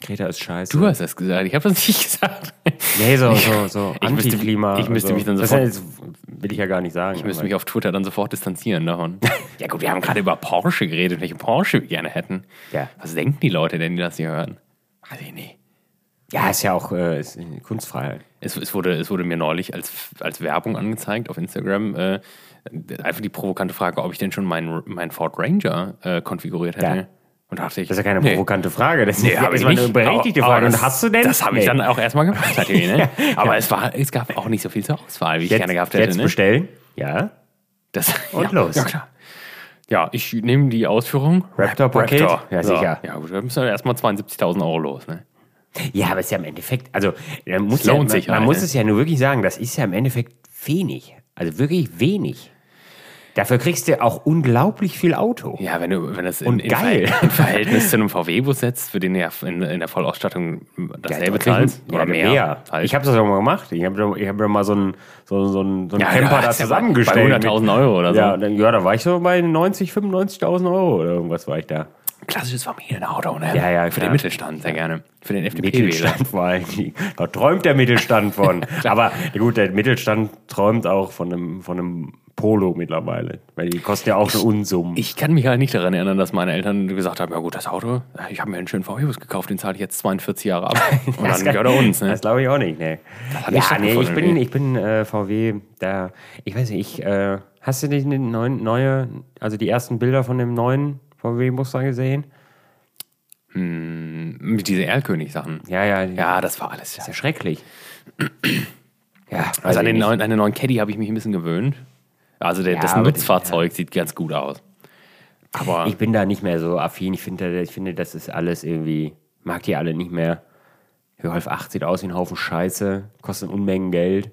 Speaker 2: Greta ist scheiße.
Speaker 1: Du hast das gesagt, ich habe das nicht gesagt.
Speaker 2: Nee, so, so, so
Speaker 1: Ich müsste-
Speaker 2: Antiklima.
Speaker 1: ich müsste
Speaker 2: und so.
Speaker 1: mich dann
Speaker 2: Das
Speaker 1: sofort-
Speaker 2: ist ja jetzt- will ich ja gar nicht sagen.
Speaker 1: Ich müsste mich auf Twitter dann sofort distanzieren davon. Ja gut, wir haben gerade über Porsche geredet, welche Porsche wir gerne hätten.
Speaker 2: Ja.
Speaker 1: Was denken die Leute denn, die das hier hören? Weiß ich nicht.
Speaker 2: ja, ist ja auch äh, ist äh, Kunstfreiheit.
Speaker 1: Es, es, wurde, es wurde mir neulich als, als Werbung angezeigt auf Instagram. Äh, einfach die provokante Frage, ob ich denn schon meinen meinen Ford Ranger äh, konfiguriert hätte.
Speaker 2: Ja.
Speaker 1: Und da dachte ich,
Speaker 2: Das ist ja keine
Speaker 1: nee.
Speaker 2: provokante Frage. Das
Speaker 1: Nee,
Speaker 2: ist,
Speaker 1: habe ich
Speaker 2: ist mal
Speaker 1: nicht.
Speaker 2: eine berechtigte
Speaker 1: Aber-
Speaker 2: Frage.
Speaker 1: aber
Speaker 2: Und hast du denn?
Speaker 1: Das habe ich
Speaker 2: Nee.
Speaker 1: dann auch erstmal gemacht, natürlich. Ne? Aber es, war, es gab auch nicht so viel zur Auswahl, wie ich
Speaker 2: jetzt,
Speaker 1: gerne gehabt hätte.
Speaker 2: Jetzt
Speaker 1: ne?
Speaker 2: bestellen. Ja.
Speaker 1: Das,
Speaker 2: Und
Speaker 1: ja,
Speaker 2: los.
Speaker 1: Ja, klar. Ja, ich nehme die Ausführung.
Speaker 2: Raptor-Paket?
Speaker 1: Raptor.
Speaker 2: Ja, sicher.
Speaker 1: Ja, gut, dann müssen wir erstmal 72.000 Euro los. Ne?
Speaker 2: Ja, aber es ist ja im Endeffekt, also man muss,
Speaker 1: Es
Speaker 2: ja,
Speaker 1: lohnt
Speaker 2: man,
Speaker 1: sich
Speaker 2: man
Speaker 1: halt,
Speaker 2: muss
Speaker 1: ne?
Speaker 2: es ja nur wirklich sagen, das ist ja im Endeffekt wenig. Also wirklich wenig. Dafür kriegst du auch unglaublich viel Auto.
Speaker 1: Ja, wenn du wenn das in,
Speaker 2: Und
Speaker 1: in,
Speaker 2: geil.
Speaker 1: Ver- in Verhältnis zu einem VW-Bus setzt, für den du ja in, in der Vollausstattung dasselbe zahlst
Speaker 2: oder mehr.
Speaker 1: Halt.
Speaker 2: Ich habe das auch mal gemacht. Ich habe ich hab da mal so einen so, so einen- so einen
Speaker 1: Ja,
Speaker 2: Camper
Speaker 1: da
Speaker 2: da
Speaker 1: ist ja
Speaker 2: zusammengestellt.
Speaker 1: bei 100.000 Euro oder so.
Speaker 2: Ja, und dann, ja, da war ich so bei 90, 95.000 Euro oder irgendwas war ich da.
Speaker 1: klassisches Familienauto, ne?
Speaker 2: Ja, ja,
Speaker 1: Für
Speaker 2: klar.
Speaker 1: den Mittelstand, sehr gerne. Für den FDP-Wähler.
Speaker 2: Mittelstand vor allen Dingen. Da träumt der Mittelstand von. Aber gut, der Mittelstand träumt auch von einem, von einem Polo mittlerweile. Weil die kosten ja auch schon Unsummen.
Speaker 1: Ich kann mich halt nicht daran erinnern, dass meine Eltern gesagt haben: Ja, gut, das Auto, äh, ich habe mir einen schönen VW-Bus gekauft, den zahle ich jetzt 42 Jahre ab. Und dann gehört er uns, ne?
Speaker 2: Das glaube ich auch nicht, ne?
Speaker 1: hab ich
Speaker 2: Ja,
Speaker 1: schon
Speaker 2: nee, ich
Speaker 1: gefunden,
Speaker 2: bin,
Speaker 1: nee.
Speaker 2: ich bin äh, VW, da, ich weiß nicht, ich, äh, hast du nicht eine neuen, neue, also die ersten Bilder von dem neuen VW-Bus da gesehen?
Speaker 1: Mit diese Erlkönig-Sachen.
Speaker 2: Ja, ja, die-
Speaker 1: Ja, das war alles.
Speaker 2: ist ja schrecklich. ja, weiß
Speaker 1: Also an
Speaker 2: ich
Speaker 1: den,
Speaker 2: nicht.
Speaker 1: neuen, an den neuen Caddy habe ich mich ein bisschen gewöhnt. Also der,
Speaker 2: Ja,
Speaker 1: das
Speaker 2: aber den-
Speaker 1: Nutzfahrzeug sieht ganz gut aus. Aber
Speaker 2: Ich bin da nicht mehr so affin. Ich finde, ich finde, das ist alles irgendwie, mag die alle nicht mehr. Golf 8 sieht aus wie ein Haufen Scheiße, kostet Unmengen Geld.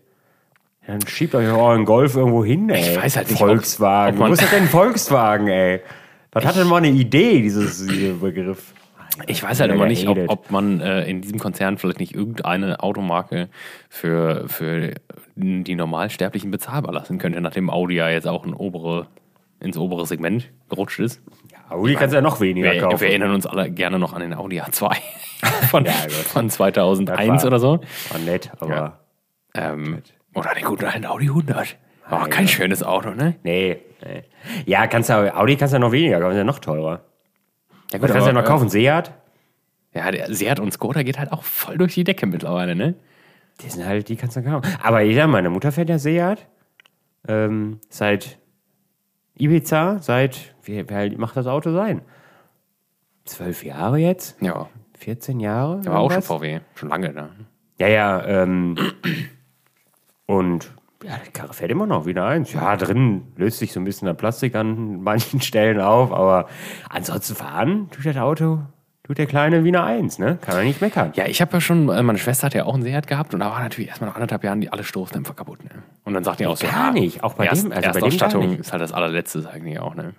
Speaker 2: Dann schiebt euch auch euren Golf irgendwo hin, ey.
Speaker 1: weiß halt nicht, ob-
Speaker 2: Volkswagen.
Speaker 1: ob man-
Speaker 2: Wo ist das denn Volkswagen, ey? Das hat denn mal eine Idee, dieses, dieser Begriff.
Speaker 1: ich weiß halt
Speaker 2: Ja,
Speaker 1: immer nicht, ob,
Speaker 2: gehatet.
Speaker 1: ob man äh, in diesem Konzern vielleicht nicht irgendeine Automarke für, für die Normalsterblichen bezahlbar lassen könnte, nachdem Audi ja jetzt auch in obere, ins obere Segment gerutscht ist.
Speaker 2: Audi kannst du ja noch weniger
Speaker 1: Wir,
Speaker 2: kaufen.
Speaker 1: wir erinnern uns alle gerne noch an den Audi A2 von,
Speaker 2: Ja, gut.
Speaker 1: von 2001
Speaker 2: Das war-
Speaker 1: oder so.
Speaker 2: War nett, aber
Speaker 1: Ja. Ähm, oder den guten alten Audi 100. Oh, kein schönes Auto, ne?
Speaker 2: nee, nee. Ja, kannst du, Audi kannst du ja noch weniger kaufen, ist ja noch teurer.
Speaker 1: Ja,
Speaker 2: Das kannst du ja
Speaker 1: aber, äh,
Speaker 2: noch kaufen. Seat,
Speaker 1: Ja, der Seat und Skoda geht halt auch voll durch die Decke mittlerweile, ne?
Speaker 2: Die sind halt, die kannst du kaufen. Aber ja, meine Mutter fährt ja Seat. Ähm, seit Ibiza, seit, wie, wie alt macht das Auto sein? Zwölf Jahre jetzt?
Speaker 1: Ja.
Speaker 2: 14 Jahre?
Speaker 1: Der war auch schon
Speaker 2: irgendwas?
Speaker 1: VW. Schon lange, ne?
Speaker 2: Ja, ja, ähm, und ja, die Karre fährt immer noch wieder eins. Ja, drin löst sich so ein bisschen der Plastik an manchen Stellen auf, aber ansonsten fahren tut das Auto, tut der Kleine wie eine Eins, ne? Kann man nicht meckern.
Speaker 1: Ja, ich habe ja schon, äh, meine Schwester hat ja auch einen Seat gehabt und da war natürlich erstmal nach anderthalb Jahren die alle Stoßdämpfer kaputt, ne? Und dann sagt die auch so,
Speaker 2: Gar
Speaker 1: ja,
Speaker 2: nicht, auch bei
Speaker 1: Erst,
Speaker 2: dem, also bei dem gar
Speaker 1: Erstausstattung
Speaker 2: nicht.
Speaker 1: ist halt das allerletzte, sag ich auch, ne?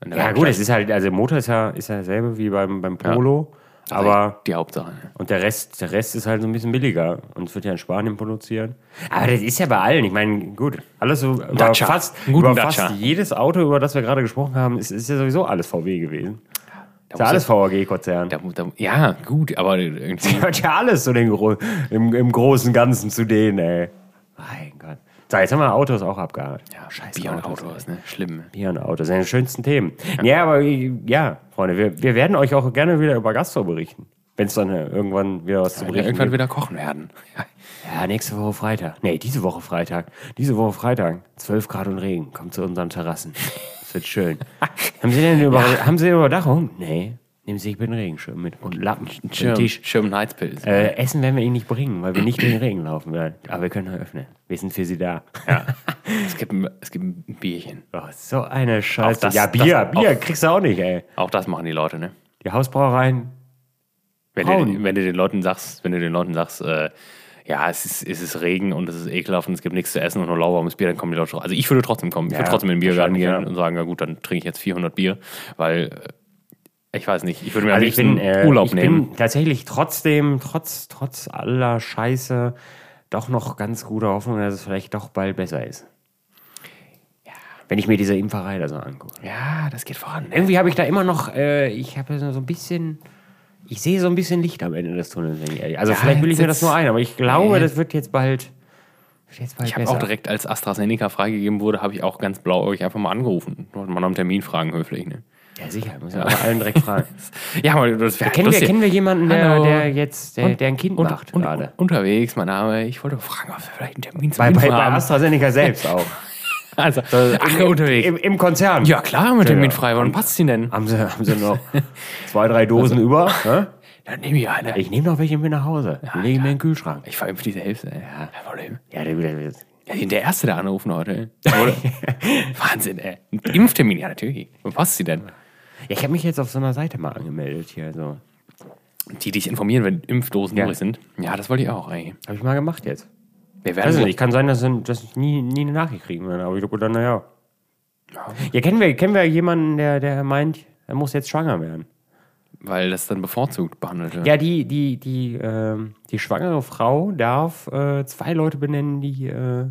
Speaker 1: Wenn der
Speaker 2: Ja,
Speaker 1: Wagen
Speaker 2: gut,
Speaker 1: steigt,
Speaker 2: es ist halt, also der Motor ist ja, ist ja dasselbe wie beim, beim Polo,
Speaker 1: Also
Speaker 2: aber
Speaker 1: Die Hauptsache, ne?
Speaker 2: und der Rest, der Rest ist halt so ein bisschen billiger und es wird ja in Spanien produziert. Aber das ist ja bei allen, ich meine, gut, alles so über
Speaker 1: Dacia,
Speaker 2: fast,
Speaker 1: einen guten
Speaker 2: über
Speaker 1: Dacia.
Speaker 2: fast jedes Auto, über das wir gerade gesprochen haben, ist, ist ja sowieso alles VW gewesen. Ist ja
Speaker 1: muss
Speaker 2: alles VAG-Konzern.
Speaker 1: Da, mu- da, ja, gut, aber irgendwie.
Speaker 2: Hört ja alles zu den Gro im, im großen Ganzen zu denen, ey. Mein Gott. So, jetzt haben wir Autos auch abgehakt.
Speaker 1: Ja, scheiße. Bier und
Speaker 2: Autos,
Speaker 1: Autos, ne? Schlimm. ne?
Speaker 2: Bier und Autos, sind die schönsten Themen. Ja, aber äh, ja, Freunde, wir, wir werden euch auch gerne wieder über Gastro berichten. Wenn es dann äh, irgendwann wieder was zu
Speaker 1: Wenn wir
Speaker 2: berichten
Speaker 1: irgendwann
Speaker 2: gibt.
Speaker 1: wieder kochen werden. Ja.
Speaker 2: Ja, nächste Woche Freitag. Nee, diese Woche Freitag. Diese Woche Freitag. 12 Grad und Regen. Kommt zu unseren Terrassen. das wird schön. haben, Sie denn über, haben Sie denn Überdachung? Nee. Nehmen Sie sich bitte einen Regenschirm mit und Lappen, einen Tisch.
Speaker 1: Schirm und Heizpilz.
Speaker 2: Äh, Essen werden wir Ihnen nicht bringen, weil wir nicht durch den Regen laufen werden. Aber wir können öffnen. Wir sind für Sie da.
Speaker 1: Es, gibt ein, es gibt ein Bierchen.
Speaker 2: Oh, so eine Scheiße.
Speaker 1: Auch das-
Speaker 2: ja, Bier,
Speaker 1: das-
Speaker 2: Bier kriegst du auch nicht, ey.
Speaker 1: Auch das machen die Leute, ne?
Speaker 2: Die Hausbrauereien.
Speaker 1: Wenn du,
Speaker 2: Frauen.
Speaker 1: wenn du den Leuten sagst, wenn du den Leuten sagst, äh, ja, es ist, es ist Regen und es ist ekelhaft und es gibt nichts zu essen und nur lauwarmes Bier, dann kommen die Leute schon. Also ich würde trotzdem kommen. Ich würde
Speaker 2: Ja,
Speaker 1: trotzdem in den Biergarten
Speaker 2: wahrscheinlich,
Speaker 1: gehen
Speaker 2: ja.
Speaker 1: und sagen, ja gut, dann trinke ich jetzt 400 Bier, weil äh, ich weiß nicht, ich würde mir am
Speaker 2: Also ich
Speaker 1: liebsten
Speaker 2: bin, äh,
Speaker 1: Urlaub
Speaker 2: ich
Speaker 1: nehmen.
Speaker 2: bin tatsächlich trotzdem, trotz, trotz aller Scheiße, doch noch ganz guter Hoffnung, dass es vielleicht doch bald besser ist. Wenn ich mir diese Impferei da so angucke.
Speaker 1: Ja, das geht voran. Ne?
Speaker 2: Irgendwie habe ich da immer noch, äh, ich habe so ein bisschen, ich sehe so ein bisschen Licht am Ende des Tunnels. wenn ich ehrlich- Also
Speaker 1: Ja,
Speaker 2: vielleicht will ich
Speaker 1: jetzt-
Speaker 2: mir das nur ein, aber ich glaube,
Speaker 1: Nee.
Speaker 2: das wird jetzt bald, wird jetzt bald
Speaker 1: Ich habe
Speaker 2: besser.
Speaker 1: auch direkt, als AstraZeneca freigegeben wurde, habe ich auch ganz blau euch einfach mal angerufen. Wollte mal nach einem Termin fragen, höflich. Ne?
Speaker 2: ja, sicher, müssen wir aber allen direkt fragen. Äh,
Speaker 1: Ja, aber das wäre
Speaker 2: kennen, wir, kennen wir jemanden, der,
Speaker 1: Hallo.
Speaker 2: der jetzt, der, der ein Kind
Speaker 1: und,
Speaker 2: macht
Speaker 1: und,
Speaker 2: gerade?
Speaker 1: Unterwegs, mein Name. Ich wollte fragen, ob wir vielleicht einen Termin zum
Speaker 2: Bei, bei,
Speaker 1: Impfen
Speaker 2: bei
Speaker 1: haben.
Speaker 2: AstraZeneca selbst auch.
Speaker 1: Also, ach,
Speaker 2: Äh, Im-
Speaker 1: unterwegs.
Speaker 2: Im, im Konzern.
Speaker 1: Ja, klar, mit dem
Speaker 2: ja.
Speaker 1: Mietfrei. Wann passt die denn?
Speaker 2: Haben sie, haben sie noch zwei, drei Dosen über? hä?
Speaker 1: Dann nehme ich eine. Ich,
Speaker 2: Ich nehme noch welche mit nach Hause. Die lege ich mir in den Kühlschrank.
Speaker 1: ich verhämpfe diese Hälfte. ey. Kein Problem.
Speaker 2: Ja, der, der, der,
Speaker 1: äh, Ja, die sind der Erste, der anrufen heute. ey. Oder? Wahnsinn, ey. Ein Impftermin, ja, natürlich. Wann passt sie denn?
Speaker 2: ja, ich habe mich jetzt auf so einer Seite mal angemeldet hier. Also.
Speaker 1: Die dich informieren, wenn Impfdosen
Speaker 2: Ja.
Speaker 1: durch sind. Ja, das wollte ich auch, ey.
Speaker 2: Habe ich mal gemacht jetzt.
Speaker 1: Wir
Speaker 2: Weiß
Speaker 1: werden
Speaker 2: ich Also nicht. Kann sein, dass, dass ich nie, nie eine Nachricht kriegen werde. Aber ich glaube, dann, naja. Ja, kennen wir, kennen wir jemanden, der, der meint, er muss jetzt schwanger werden?
Speaker 1: weil das dann bevorzugt behandelt wird.
Speaker 2: Ja, die, die, die, ähm, die schwangere Frau darf äh, zwei Leute benennen, die, äh,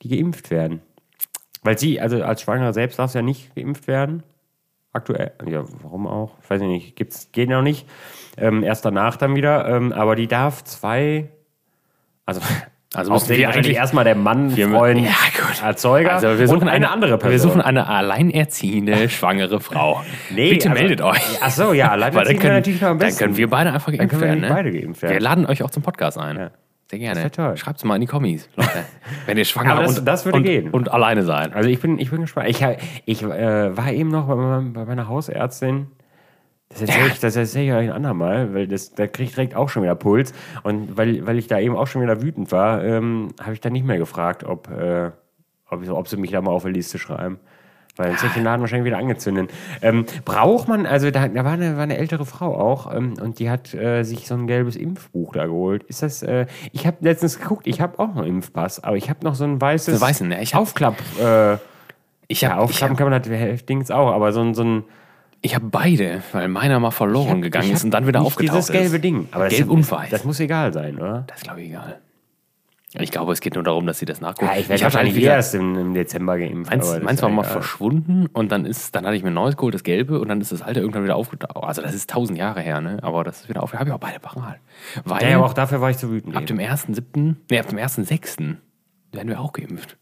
Speaker 2: die geimpft werden. Weil sie, also als Schwangere selbst darf sie ja nicht geimpft werden. Aktuell, ja, warum auch? Ich weiß ich nicht, gibt's, geht noch nicht. Ähm, erst danach dann wieder. Ähm, aber die darf zwei. Also,
Speaker 1: Also müssen wir eigentlich-
Speaker 2: erstmal der Mann,
Speaker 1: Wir-
Speaker 2: Freund,
Speaker 1: Ja, gut.
Speaker 2: Erzeuger
Speaker 1: Also wir suchen
Speaker 2: und eine andere Person.
Speaker 1: Wir suchen eine alleinerziehende, schwangere Frau.
Speaker 2: Nee,
Speaker 1: Bitte
Speaker 2: also-
Speaker 1: meldet euch.
Speaker 2: Ach so, ja, leider
Speaker 1: Weil dann
Speaker 2: sind
Speaker 1: können,
Speaker 2: wir natürlich noch am
Speaker 1: dann
Speaker 2: besten.
Speaker 1: können wir beide einfach geimpft
Speaker 2: können wir
Speaker 1: werden.
Speaker 2: nämlich
Speaker 1: ne?
Speaker 2: beide geimpft werden.
Speaker 1: Wir laden euch auch zum Podcast ein.
Speaker 2: Ja.
Speaker 1: Sehr gerne.
Speaker 2: Das wär toll.
Speaker 1: Schreibt es mal in die Kommis, Leute. Wenn ihr schwanger
Speaker 2: Aber das-
Speaker 1: und,
Speaker 2: das würde
Speaker 1: und,
Speaker 2: gehen.
Speaker 1: und alleine sein.
Speaker 2: Also ich bin, ich bin gespannt. Ich, hab- ich äh, war eben noch bei, meinem- bei meiner Hausärztin. Das erzähle ich, das erzähl ich euch ein andermal, weil das, da kriege ich direkt auch schon wieder Puls. Und weil, weil ich da eben auch schon wieder wütend war, ähm, habe ich dann nicht mehr gefragt, ob, äh, ob, ich- ob sie mich da mal auf die Liste schreiben. Weil
Speaker 1: Ah.
Speaker 2: sonst hätte ich den Laden wahrscheinlich wieder angezündet. Ähm, braucht man, also da, da war, eine, war eine ältere Frau auch ähm, und die hat äh, sich so ein gelbes Impfbuch da geholt. Ist das, äh, ich habe letztens geguckt, ich habe auch noch einen Impfpass, aber ich habe noch so ein weißes
Speaker 1: So weißen, ja, ich hab-
Speaker 2: Aufklapp. Äh,
Speaker 1: Ich habe
Speaker 2: ja, aufklappen kann man halt Dings auch, aber so ein, so ein
Speaker 1: ich hab beide, weil meiner mal verloren gegangen
Speaker 2: ich hab
Speaker 1: ist und dann wieder
Speaker 2: nicht
Speaker 1: aufgetaucht
Speaker 2: Dieses gelbe
Speaker 1: ist.
Speaker 2: Ding. Aber
Speaker 1: Gelb
Speaker 2: das,
Speaker 1: und weiß.
Speaker 2: Das muss egal sein, oder?
Speaker 1: Das ist, glaube ich, egal. Ich glaube, es geht nur darum, dass sie das nachgucken.
Speaker 2: Ja, ich
Speaker 1: hab
Speaker 2: werde wahrscheinlich
Speaker 1: wieder-
Speaker 2: erst im, im Dezember geimpft. aber
Speaker 1: Meins,
Speaker 2: das
Speaker 1: meins
Speaker 2: ist
Speaker 1: war
Speaker 2: ja
Speaker 1: mal
Speaker 2: egal.
Speaker 1: verschwunden und dann ist, dann hatte ich mir ein neues geholt, das gelbe, und dann ist das alte irgendwann wieder aufgetaucht. Also das ist tausend Jahre her, ne? Aber das ist wieder aufgetaucht. Habe ich auch beide parat. Weil
Speaker 2: Ja, aber auch dafür war ich zu wütend.
Speaker 1: ab
Speaker 2: eben.
Speaker 1: dem 1.7., nee, ab dem 1.6. werden wir auch geimpft.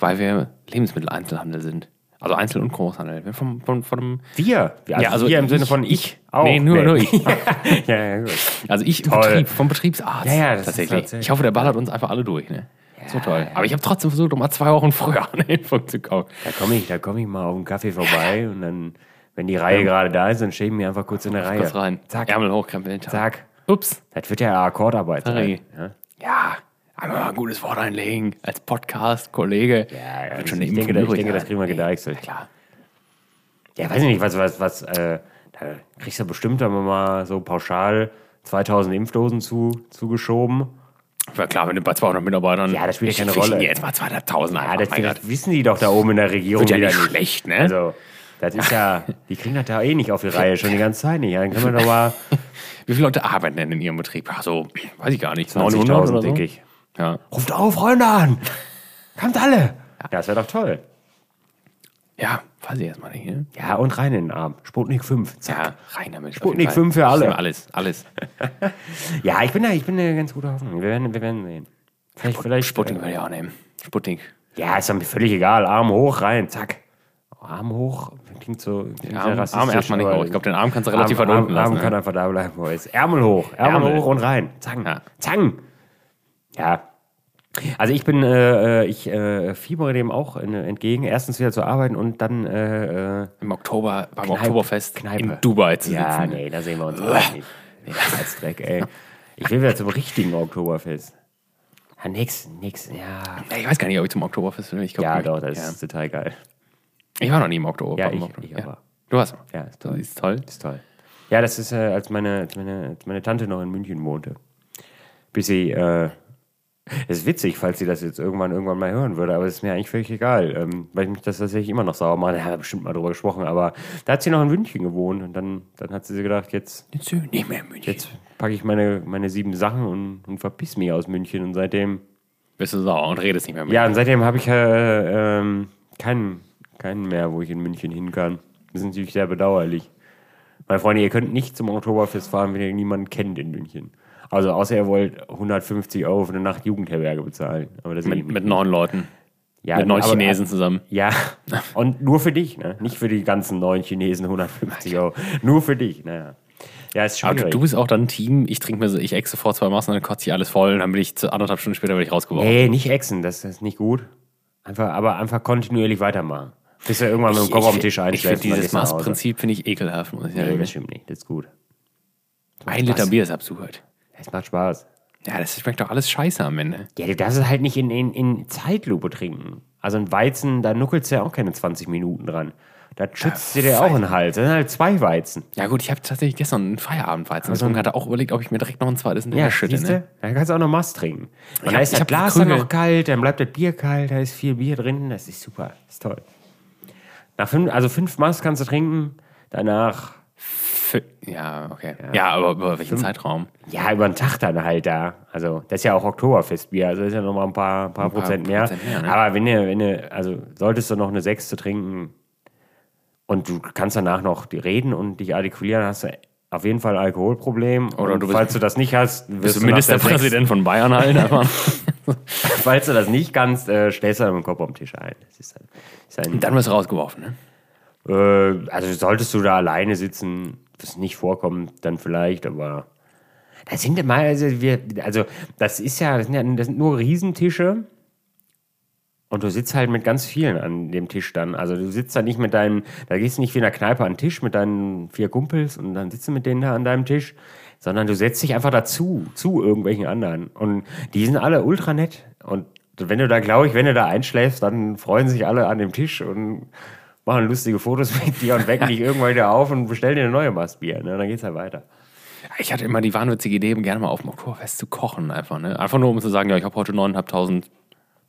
Speaker 1: Weil wir Lebensmitteleinzelhandel sind. Also Einzel- und Großhandel. Wir vom, von, von einem,
Speaker 2: Wir. Ja, also,
Speaker 1: Ja, also
Speaker 2: wir im
Speaker 1: ich-
Speaker 2: Sinne von ich auch.
Speaker 1: Nee, nur- nur ich.
Speaker 2: ja, ja, gut.
Speaker 1: also ich im
Speaker 2: Toll.
Speaker 1: Betrieb, vom Betriebsarzt.
Speaker 2: Ja, ja, das ist
Speaker 1: tatsächlich.
Speaker 2: tatsächlich-
Speaker 1: Ich hoffe, der ballert uns einfach alle durch, ne? so toll. Aber ich habe trotzdem versucht, um mal zwei Wochen früher eine Impfung zu kaufen.
Speaker 2: Da komme ich, da komm ich mal auf den Kaffee vorbei und dann, wenn die Reihe gerade da ist, dann schieben wir einfach kurz in eine Reihe.
Speaker 1: Kurz rein.
Speaker 2: Zack,
Speaker 1: Ärmel hochkrempeln.
Speaker 2: zack.
Speaker 1: Ups.
Speaker 2: Das wird ja Akkordarbeit.
Speaker 1: Sorry.
Speaker 2: sein. Ja.
Speaker 1: Ja, einmal mal ein gutes Wort einlegen als Podcast, Kollege.
Speaker 2: Ja, ja,
Speaker 1: Wird
Speaker 2: schon
Speaker 1: schon eine
Speaker 2: ich,
Speaker 1: Impfung
Speaker 2: denke, da- ich
Speaker 1: übrig
Speaker 2: denke, das
Speaker 1: sein.
Speaker 2: kriegen wir gedeichselt.
Speaker 1: Klar.
Speaker 2: Ja, weiß ich nicht, was, was, was, äh, da kriegst du bestimmt aber mal so pauschal 2000 Impfdosen zu, zugeschoben.
Speaker 1: Ja, klar, wenn du bei 200 Mitarbeitern.
Speaker 2: Ja, das spielt
Speaker 1: Ich
Speaker 2: keine
Speaker 1: krieg
Speaker 2: Rolle.
Speaker 1: hier Jetzt mal 200.000
Speaker 2: Ja,
Speaker 1: einfach.
Speaker 2: Ah, das,
Speaker 1: mein Gott.
Speaker 2: das wissen die doch da oben in der Regierung
Speaker 1: Wird ja
Speaker 2: wieder
Speaker 1: nicht schlecht, ne?
Speaker 2: Also, das ist ja, die kriegen das da eh nicht auf die Reihe, schon die ganze Zeit nicht. Ja, dann können wir doch mal
Speaker 1: Wie viele Leute arbeiten denn in ihrem Betrieb? Ach so, weiß ich gar nicht. 900
Speaker 2: 20.000,
Speaker 1: oder so?
Speaker 2: denke ich.
Speaker 1: Ja.
Speaker 2: Ruft auf, Freunde an! Kommt alle! Ja, das wäre doch toll.
Speaker 1: ja, weiß ich erstmal nicht. Ne?
Speaker 2: Ja, und rein in den Arm. Sputnik 5. Zack.
Speaker 1: Ja, rein damit. auf
Speaker 2: Sputnik
Speaker 1: jeden Fall.
Speaker 2: 5 für alle.
Speaker 1: Stimmt, Alles, alles.
Speaker 2: Ja, ich bin da, ich bin da ganz guter Hoffnung. Wir werden, wir werden sehen. Vielleicht, vielleicht. äh,
Speaker 1: Sputnik würde ich auch nehmen. Sputnik.
Speaker 2: Ja, ist doch mir völlig egal. Arm hoch, rein, zack. Arm hoch, klingt so klingt sehr
Speaker 1: Arm,
Speaker 2: rassistisch,
Speaker 1: Arm erstmal nicht
Speaker 2: aber
Speaker 1: hoch. Ich glaube, den Arm kannst du
Speaker 2: Arm-
Speaker 1: relativ weit
Speaker 2: Arm-
Speaker 1: unten lassen.
Speaker 2: Arm
Speaker 1: ne?
Speaker 2: kann einfach da bleiben, wo er ist. Ärmel hoch, Ärmel,
Speaker 1: Ärmel.
Speaker 2: hoch und rein. Zang,
Speaker 1: Ja.
Speaker 2: zang. Ja, Also ich bin, äh, äh, ich äh, fiebere dem auch äh, entgegen. Erstens wieder zu arbeiten und dann äh, äh,
Speaker 1: Im Oktober, beim
Speaker 2: Kneipe-
Speaker 1: Oktoberfest
Speaker 2: Kneipe.
Speaker 1: in Dubai zu
Speaker 2: Ja,
Speaker 1: sitzen.
Speaker 2: nee, da sehen wir uns auch nicht. Nee, Scheißdreck, ey. Ich will wieder zum richtigen Oktoberfest. Ja, nix, nix, ja.
Speaker 1: Ja, Ich weiß gar nicht, ob ich zum Oktoberfest will. Ich glaub,
Speaker 2: Ja,
Speaker 1: ich-
Speaker 2: doch, das ist total geil.
Speaker 1: Ich war noch nie im Oktober.
Speaker 2: Ja,
Speaker 1: im
Speaker 2: ich-
Speaker 1: Oktober.
Speaker 2: ich aber.
Speaker 1: Du hast.
Speaker 2: Ja, ist
Speaker 1: Das
Speaker 2: toll.
Speaker 1: ist toll.
Speaker 2: Ist toll. Ja, das ist, äh, als, meine, als, meine, als meine Tante noch in München wohnte. Bis sie, äh, das ist witzig, falls sie das jetzt irgendwann irgendwann mal hören würde, aber es ist mir eigentlich völlig egal, ähm, weil ich mich das tatsächlich immer noch sauer mache. Da haben wir bestimmt mal drüber gesprochen, aber da hat sie noch in München gewohnt und dann, dann hat sie sich gedacht, jetzt,
Speaker 1: Jetzt sind wir nicht mehr in München.
Speaker 2: jetzt packe ich meine, meine sieben Sachen und, und verpiss mich aus München und seitdem
Speaker 1: bist du sauer und redest nicht mehr mit
Speaker 2: ja, und seitdem habe ich äh, ähm, keinen, keinen mehr, wo ich in München hin kann. Das ist natürlich sehr bedauerlich. Meine Freunde, ihr könnt nicht zum Oktoberfest fahren, wenn ihr niemanden kennt in München. Also außer ihr wollt 150 Euro für eine Nacht Jugendherberge bezahlen. Aber das
Speaker 1: mit, mit neun Leuten.
Speaker 2: ja,
Speaker 1: mit neun
Speaker 2: aber-
Speaker 1: Chinesen zusammen.
Speaker 2: Ja, und nur für dich, ne? Nicht für die ganzen neuen Chinesen 150 Euro. Nur für dich, naja. Ja, ist
Speaker 1: Ah, Aber
Speaker 2: schwierig.
Speaker 1: du, du bist auch dann ein Team. Ich trinke mir so, ich exe vor zwei Maßen, dann kotze ich alles voll und dann bin ich zu anderthalb Stunden später werde ich rausgeworfen.
Speaker 2: Nee, nicht exen, das ist nicht gut. Einfach, aber einfach kontinuierlich weitermachen. Bis er irgendwann mit dem Kopf auf den Tisch
Speaker 1: ich finde
Speaker 2: einschlägt. und dann
Speaker 1: dieses
Speaker 2: gehst du nach Hause.
Speaker 1: Maßprinzip finde ich ekelhaft, muss ich
Speaker 2: Nee,
Speaker 1: sagen.
Speaker 2: das stimmt nicht. Das ist gut.
Speaker 1: ein Liter Bier ist absurd.
Speaker 2: Es macht Spaß.
Speaker 1: Ja, das schmeckt doch alles scheiße am Ende.
Speaker 2: Ja, du darfst es halt nicht in, in, in Zeitlupe trinken. Also ein Weizen, da nuckelst du ja auch keine 20 Minuten dran. Da schützt dir der auch einen Hals. Das sind halt zwei Weizen.
Speaker 1: Ja gut, ich habe tatsächlich gestern einen Feierabendweizen getrunken, hatte auch überlegt, ob ich mir direkt noch ein zweites in
Speaker 2: Also Ja,
Speaker 1: der schütte.
Speaker 2: siehst du?
Speaker 1: Ne?
Speaker 2: Dann kannst du auch noch Mast trinken. Und
Speaker 1: hab-
Speaker 2: da ist
Speaker 1: ich
Speaker 2: das
Speaker 1: hab
Speaker 2: Glas dann
Speaker 1: Krügel.
Speaker 2: noch kalt, dann bleibt das Bier kalt, da ist viel Bier drin. Das ist super. Das ist toll. Nach fünf, also fünf Mast kannst du trinken. Danach,
Speaker 1: Fü- Ja, okay. Ja, aber über welchen Zeitraum?
Speaker 2: ja, über den Tag dann halt da. Also, das ist ja auch Oktoberfestbier. Also, das ist ja noch mal ein paar, paar Prozent mehr.
Speaker 1: Prozent mehr, ne?
Speaker 2: Aber wenn du, wenn du, also, solltest du noch eine Sechste trinken und du kannst danach noch die reden und dich artikulieren, hast du auf jeden Fall ein Alkoholproblem.
Speaker 1: Oder
Speaker 2: und
Speaker 1: du bist-
Speaker 2: falls du das nicht hast, wirst
Speaker 1: Bist du
Speaker 2: nach der Sechsten-
Speaker 1: Ministerpräsident von Bayern halt? Aber
Speaker 2: Falls du das nicht kannst, äh, stellst du dann mit dem Kopf am Tisch ein. Das ist dann, ist halt ein
Speaker 1: dann wirst du rausgeworfen, ne?
Speaker 2: äh, also solltest du da alleine sitzen, das nicht vorkommt, dann vielleicht, aber da sind immer, also wir, also das ist ja, das sind, ja, das sind nur Riesentische und du sitzt halt mit ganz vielen an dem Tisch dann. Also du sitzt da nicht mit deinen, da gehst du nicht wie in der Kneipe an den Tisch mit deinen vier Kumpels und dann sitzt du mit denen da an deinem Tisch, sondern du setzt dich einfach dazu, zu irgendwelchen anderen. Und die sind alle ultra nett. Und wenn du da, glaube ich, wenn du da einschläfst, dann freuen sich alle an dem Tisch und machen lustige Fotos mit dir und wecken dich irgendwann wieder auf und bestellen dir eine neue Mastbier. Ne? Dann geht's halt weiter.
Speaker 1: Ich hatte immer die wahnwitzige Idee, gerne mal auf dem Oktoberfest zu kochen, einfach, ne? Einfach nur, um zu sagen, ja, ich habe heute 9.500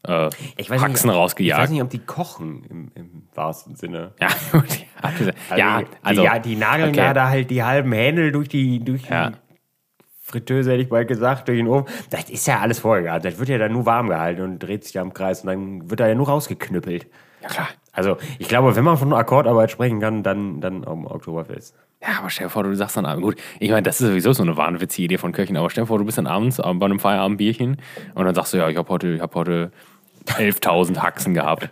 Speaker 1: äh, Haxen
Speaker 2: Ich weiß
Speaker 1: rausgejagt.
Speaker 2: nicht, ob die kochen im, im wahrsten Sinne.
Speaker 1: Ja, gut, ja,
Speaker 2: die,
Speaker 1: also,
Speaker 2: ja, die nageln
Speaker 1: okay.
Speaker 2: ja da halt die halben Händel durch die, durch
Speaker 1: Ja.
Speaker 2: die Fritteuse, hätte ich bald gesagt, durch den Ofen. Das ist ja alles vorgegart. Das wird ja dann nur warm gehalten und dreht sich da im Kreis und dann wird da ja nur rausgeknüppelt.
Speaker 1: ja, klar.
Speaker 2: Also, ich glaube, wenn man von Akkordarbeit sprechen kann, dann, dann am Oktoberfest.
Speaker 1: Ja, aber stell dir vor, du sagst dann abends, gut, ich meine, das ist sowieso so eine wahnwitzige Idee von Köchen, aber stell dir vor, du bist dann abends äh, bei einem Feierabendbierchen und dann sagst du, ja, ich habe heute, ich hab heute 11.000 Haxen gehabt.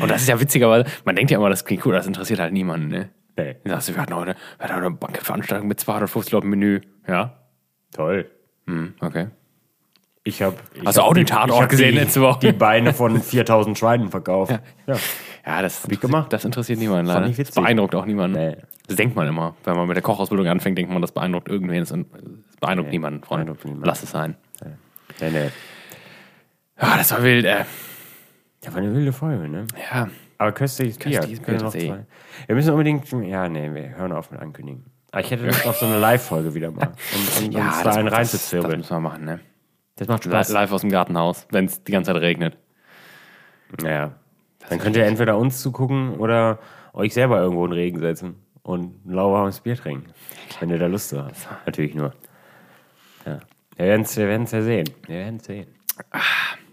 Speaker 1: Und das ist ja witzigerweise, man denkt ja immer, das klingt cool, das interessiert halt niemanden, ne?
Speaker 2: Nee.
Speaker 1: Dann sagst du, wir hatten heute, wir hatten heute eine Bankettveranstaltung mit 250 Leuten Menü. Ja,
Speaker 2: Toll.
Speaker 1: hm, okay.
Speaker 2: Ich habe.
Speaker 1: Hast du auch den Tatort gesehen
Speaker 2: die,
Speaker 1: letzte Woche?
Speaker 2: Die Beine von 4000 Schweinen verkauft. Ja.
Speaker 1: Ja, das,
Speaker 2: ich gemacht.
Speaker 1: das interessiert niemanden leider.
Speaker 2: ich
Speaker 1: Das
Speaker 2: witzig.
Speaker 1: beeindruckt auch niemanden.
Speaker 2: Nee.
Speaker 1: Das denkt man immer. Wenn man mit der Kochausbildung anfängt, denkt man, das beeindruckt irgendwen. Das beeindruckt niemanden, Freunde.
Speaker 2: beeindruckt niemanden.
Speaker 1: Lass es sein.
Speaker 2: Nee, nee.
Speaker 1: Ja, das war wild. Äh,
Speaker 2: Ja, war eine wilde Folge, ne?
Speaker 1: ja.
Speaker 2: Aber köstliches Bier.
Speaker 1: Köstliches Bier,
Speaker 2: Können wir, noch
Speaker 1: das eh.
Speaker 2: zwei. wir müssen unbedingt. Ja, nee, wir hören auf mit Ankündigen. Aber ich hätte Lust auf so eine Live-Folge wieder mal. Um, um uns da
Speaker 1: das,
Speaker 2: einen
Speaker 1: das
Speaker 2: reinzuzwirbeln.
Speaker 1: müssen wir machen. Ne?
Speaker 2: Das macht
Speaker 1: Li-
Speaker 2: Spaß.
Speaker 1: Live aus dem Gartenhaus, wenn es die ganze Zeit regnet.
Speaker 2: Ja. Dann könnt ihr entweder uns zugucken oder euch selber irgendwo in den Regen setzen und ein lauwarmes Bier trinken. Wenn ihr da Lust zu habt. Natürlich nur. Ja. Wir werden es wir werden's ja sehen. Wir werden es sehen.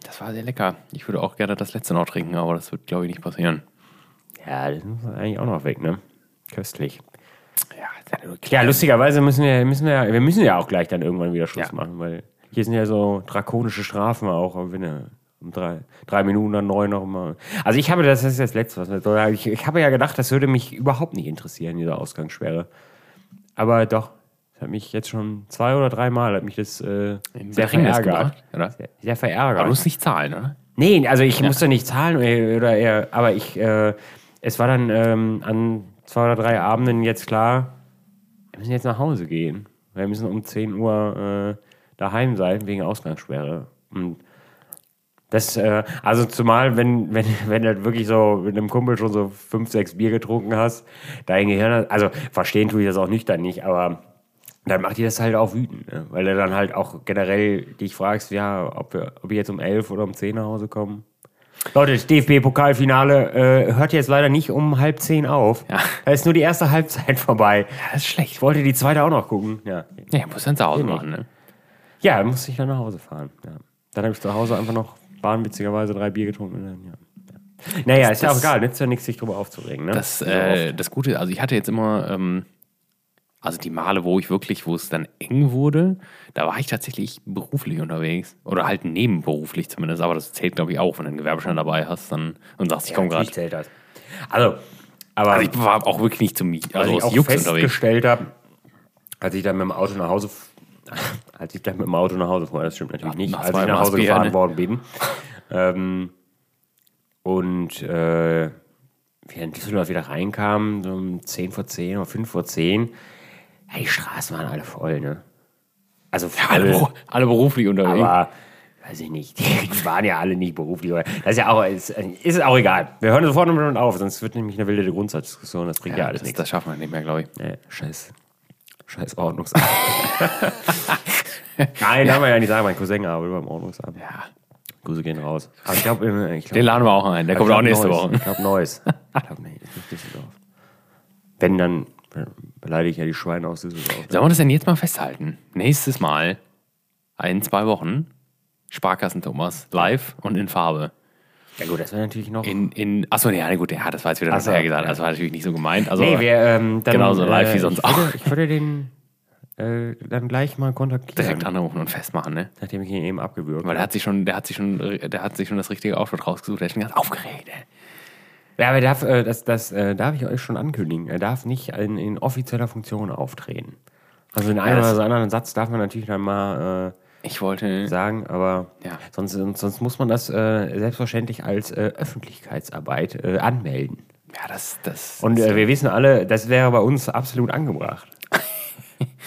Speaker 1: Das war sehr lecker. Ich würde auch gerne das letzte noch trinken, aber das wird, glaube ich, nicht passieren.
Speaker 2: Ja, das muss eigentlich auch noch weg, ne? Köstlich.
Speaker 1: Ja,
Speaker 2: Ja, lustigerweise müssen wir, müssen wir, ja- wir müssen ja auch gleich dann irgendwann wieder Schluss
Speaker 1: Ja.
Speaker 2: machen, weil hier sind ja so drakonische Strafen auch, wenn du um drei, drei Minuten dann neu nochmal. Also ich habe, das ist das Letzte, was wir so ich, ich habe ja gedacht, das würde mich überhaupt nicht interessieren, diese Ausgangssperre. Aber doch, Das hat mich jetzt schon zwei oder dreimal hat mich das äh, sehr
Speaker 1: Verhängnis
Speaker 2: verärgert.
Speaker 1: gebracht, oder?
Speaker 2: Sehr, sehr
Speaker 1: Aber du
Speaker 2: verärgert.
Speaker 1: musst nicht zahlen, ne? oder?
Speaker 2: Nee, also ich musste nicht zahlen äh, oder eher, aber ich, äh, es war dann ähm, an zwei oder drei Abenden jetzt klar, wir müssen jetzt nach Hause gehen. Wir müssen um 10 Uhr äh, daheim sein wegen Ausgangssperre. Und das, äh, also zumal, wenn, wenn, wenn du halt wirklich so mit einem Kumpel schon so fünf, sechs Bier getrunken hast, dein Gehirn, also verstehen tue ich das auch nüchtern nicht, aber dann macht dir das halt auch wütend, ne? weil du dann halt auch generell dich fragst, ja, ob wir, ob wir jetzt um elf oder um zehn nach Hause kommen. Leute, das DFB-Pokalfinale äh, hört jetzt leider nicht um halb zehn auf.
Speaker 1: Ja.
Speaker 2: Da ist nur die erste Halbzeit vorbei.
Speaker 1: Das ist
Speaker 2: Ich
Speaker 1: schlecht.
Speaker 2: wollte die zweite auch noch gucken. Ja,
Speaker 1: Ja, muss dann zu Hause machen, ne?
Speaker 2: ja dann musste ich dann nach Hause fahren. Ja. Dann habe ich zu Hause einfach noch wahnwitzigerweise drei Bier getrunken. Und dann, ja. Ja. Naja, ist ja auch
Speaker 1: das-
Speaker 2: egal. Nützt ja nichts, sich drüber aufzuregen. Ne?
Speaker 1: Das,
Speaker 2: Also
Speaker 1: äh, das Gute, also ich hatte jetzt immer, ähm, also die Male, wo ich wirklich, wo es dann eng wurde, da war ich tatsächlich beruflich unterwegs. Oder halt nebenberuflich zumindest, aber das zählt, glaube ich, auch, wenn du einen Gewerbeschein dabei hast dann, und sagst, ich komme
Speaker 2: natürlich
Speaker 1: gerade.
Speaker 2: zählt das. Also, aber
Speaker 1: Also ich war auch wirklich nicht zum also
Speaker 2: was ich
Speaker 1: aus
Speaker 2: auch
Speaker 1: Jux unterwegs.
Speaker 2: festgestellt habe, als ich dann mit dem Auto nach Hause, f- als ich dann mit dem Auto nach Hause fuhr, das stimmt natürlich nicht,
Speaker 1: nach
Speaker 2: als ich
Speaker 1: zweimal
Speaker 2: nach Hause
Speaker 1: Bier,
Speaker 2: gefahren
Speaker 1: ne?
Speaker 2: worden bin. ähm, und äh, wir in Düsseldorf wieder reinkamen, so um 10 vor 10 oder 5 vor 10, ja, die Straßen waren alle voll, ne? Also
Speaker 1: Alle,
Speaker 2: voll,
Speaker 1: beru- alle beruflich unterwegs.
Speaker 2: aber weiß ich nicht, die waren ja alle nicht beruflich. aber Das ist ja auch, ist, ist auch egal. Wir hören sofort damit auf, sonst wird nämlich eine wilde Grundsatzdiskussion, das bringt ja,
Speaker 1: ja,
Speaker 2: alles
Speaker 1: das,
Speaker 2: nichts.
Speaker 1: das schaffen wir nicht mehr, glaube ich.
Speaker 2: Nee, scheiß. Scheiß Ordnungsamt. Nein, haben wir ja nicht sagen, mein Cousin arbeitet beim Ordnungsamt.
Speaker 1: Ja.
Speaker 2: Grüße gehen raus. Aber ich glaube, ich
Speaker 1: Den
Speaker 2: glaube,
Speaker 1: laden wir auch ein. Der kommt auch nächste
Speaker 2: Neues.
Speaker 1: Woche.
Speaker 2: Ich glaube, Neues. Ich glaube, nee, ist nicht Düsseldorf. Wenn, dann beleidige ich ja die Schweine aus Düsseldorf.
Speaker 1: Sollen wir das denn jetzt mal festhalten? Nächstes Mal, in zwei Wochen, Sparkassen Thomas, live und in Farbe.
Speaker 2: Ja, gut, das wäre natürlich noch.
Speaker 1: In, in, achso, nee, ja, gut, ja, das war jetzt wieder
Speaker 2: Ach so.
Speaker 1: nachher gesagt. Das war natürlich nicht so gemeint. Also,
Speaker 2: nee, wir, ähm, dann,
Speaker 1: Genauso live wie sonst
Speaker 2: ich würde,
Speaker 1: auch.
Speaker 2: Ich würde den äh, dann gleich mal kontaktieren,
Speaker 1: direkt anrufen und festmachen, ne?
Speaker 2: nachdem ich ihn eben abgewürgt
Speaker 1: Weil
Speaker 2: habe.
Speaker 1: der hat sich schon, der hat sich schon, der hat sich schon das richtige Outfit rausgesucht. Der ist schon ganz aufgeregt, ne? ey.
Speaker 2: Ja, aber darf, äh, das, das äh, darf ich euch schon ankündigen. Er darf nicht in, in offizieller Funktion auftreten. Also in einem
Speaker 1: das-
Speaker 2: oder so anderen Satz darf man natürlich dann mal
Speaker 1: Ich
Speaker 2: äh,
Speaker 1: wollte,
Speaker 2: sagen, aber
Speaker 1: Ja.
Speaker 2: sonst, sonst, sonst muss man das äh, selbstverständlich als äh, Öffentlichkeitsarbeit äh, anmelden.
Speaker 1: ja, das, das.
Speaker 2: Und äh, wir wissen alle, das wäre bei uns absolut angebracht.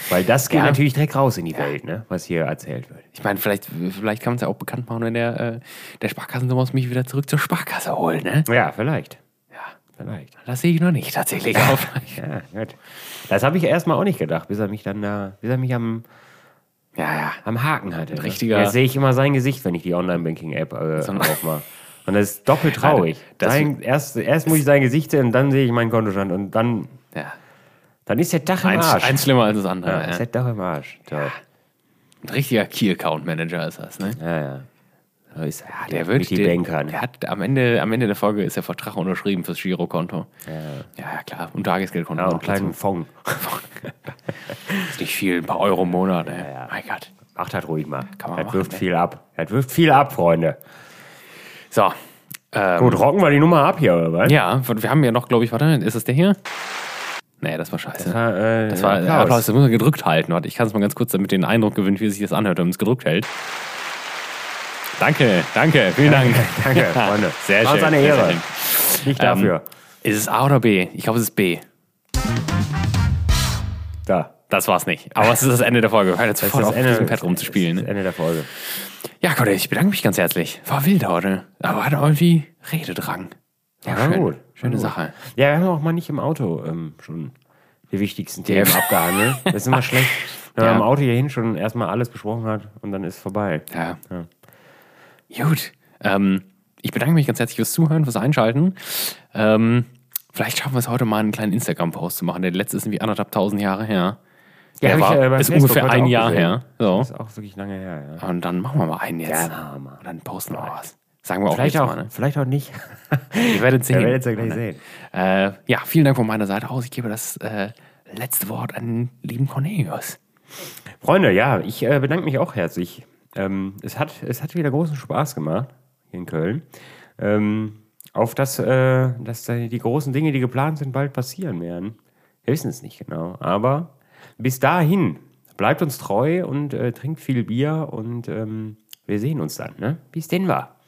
Speaker 2: Weil das geht
Speaker 1: Ja.
Speaker 2: natürlich direkt raus in die Welt, ne? was hier erzählt wird.
Speaker 1: ich meine, vielleicht, vielleicht kann man es ja auch bekannt machen, wenn der, äh, der Sparkassen Thomas mich wieder zurück zur Sparkasse holt, ne?
Speaker 2: Ja, vielleicht.
Speaker 1: Ja.
Speaker 2: Vielleicht.
Speaker 1: Das sehe ich noch nicht tatsächlich auf.
Speaker 2: Ja, gut. Das habe ich erstmal auch nicht gedacht, bis er mich dann da, bis er mich am
Speaker 1: ja, ja.
Speaker 2: am Haken hatte. ne?
Speaker 1: halt, richtiger-
Speaker 2: Jetzt sehe ich immer sein Gesicht, wenn ich die Online-Banking-App äh, aufmache. Und das ist doppelt traurig.
Speaker 1: Alter, das-
Speaker 2: sein, erst, erst muss ich sein Gesicht sehen und dann sehe ich meinen Kontostand und dann,
Speaker 1: ja.
Speaker 2: dann ist der Dach im
Speaker 1: Eins,
Speaker 2: Arsch.
Speaker 1: eins schlimmer als das
Speaker 2: ja,
Speaker 1: andere.
Speaker 2: Ist
Speaker 1: Ja,
Speaker 2: der Dach im Arsch. So.
Speaker 1: Ein richtiger Key-Account-Manager ist das, ne?
Speaker 2: Ja, ja. So ist ja,
Speaker 1: Der wird
Speaker 2: die
Speaker 1: den-
Speaker 2: Banker. Ne?
Speaker 1: Der hat am Ende, am Ende der Folge ist der Vertrag unterschrieben fürs Girokonto. Ja, ja klar. Und Tagesgeldkonto.
Speaker 2: Ja,
Speaker 1: noch
Speaker 2: einen kleinen Fong.
Speaker 1: dazu. Ist nicht viel, ein paar Euro im Monat. ey. Mein Gott.
Speaker 2: Macht das ruhig mal.
Speaker 1: Kann man
Speaker 2: das
Speaker 1: machen,
Speaker 2: wirft
Speaker 1: ne?
Speaker 2: viel ab. Das wirft viel ab, Freunde.
Speaker 1: So. Ähm,
Speaker 2: Gut, rocken wir die Nummer ab hier, oder was?
Speaker 1: ja, wir haben ja noch, glaube ich, warte, ist es der hier? Nee, das war scheiße. Das
Speaker 2: war, äh,
Speaker 1: das war
Speaker 2: Applaus.
Speaker 1: Applaus. Applaus, das muss man gedrückt halten. Warte, ich kann es mal ganz kurz, damit ihr den Eindruck gewinnt, wie sich das anhört, wenn man es gedrückt hält. Danke, danke, vielen Dank.
Speaker 2: Danke, Freunde.
Speaker 1: Sehr
Speaker 2: War uns
Speaker 1: schön.
Speaker 2: eine
Speaker 1: sehr
Speaker 2: Ehre.
Speaker 1: schön.
Speaker 2: Nicht dafür.
Speaker 1: Ist es A oder B? Ich glaube, es ist B.
Speaker 2: da.
Speaker 1: Das war's nicht. Aber es ist das Ende der Folge. Hört jetzt
Speaker 2: Das
Speaker 1: sofort
Speaker 2: ist
Speaker 1: auf, mit diesem Pad rumzuspielen. ne?
Speaker 2: Das ist das Ende der Folge.
Speaker 1: Ja, Gott, ich bedanke mich ganz herzlich. War wild heute. Aber hatte irgendwie Rededrang. War
Speaker 2: Ja,
Speaker 1: schön.
Speaker 2: gut.
Speaker 1: Schöne
Speaker 2: Gut.
Speaker 1: Sache.
Speaker 2: Ja, wir haben auch mal nicht im Auto ähm, schon die wichtigsten Themen abgehandelt. Das ist immer schlecht, wenn man
Speaker 1: Ja.
Speaker 2: im Auto hierhin schon erstmal alles besprochen hat und dann ist vorbei.
Speaker 1: Ja. Gut. Ähm, ich bedanke mich ganz herzlich fürs Zuhören, fürs Einschalten. Ähm, vielleicht schaffen wir es heute mal, einen kleinen Instagram-Post zu machen. Der letzte ist irgendwie anderthalb tausend Jahre her.
Speaker 2: hab
Speaker 1: Der
Speaker 2: ich,
Speaker 1: war,
Speaker 2: äh, beim
Speaker 1: ist
Speaker 2: Facebook
Speaker 1: ungefähr
Speaker 2: heute
Speaker 1: ein
Speaker 2: auch
Speaker 1: Jahr
Speaker 2: gesehen.
Speaker 1: her. So.
Speaker 2: Das ist auch wirklich lange her, ja.
Speaker 1: Und dann machen wir mal einen jetzt.
Speaker 2: Ja, Hammer.
Speaker 1: Und dann posten wir mal was. Sagen wir auch
Speaker 2: Vielleicht
Speaker 1: nächstes
Speaker 2: auch,
Speaker 1: Mal. Ne?
Speaker 2: vielleicht auch nicht.
Speaker 1: Ihr werdet sehen.
Speaker 2: Wir werden es ja gleich sehen.
Speaker 1: Äh, ja, vielen Dank von meiner Seite aus. Ich gebe das äh, letzte Wort an den lieben Cornelius.
Speaker 2: Freunde, ja, ich äh, bedanke mich auch herzlich. Ähm, es, hat, es hat wieder großen Spaß gemacht hier in Köln. Ähm, auf das, äh, dass da die großen Dinge, die geplant sind, bald passieren werden. Wir wissen es nicht genau, aber Bis dahin, bleibt uns treu und äh, trinkt viel Bier und ähm, wir sehen uns dann. Ne? Bis denn war.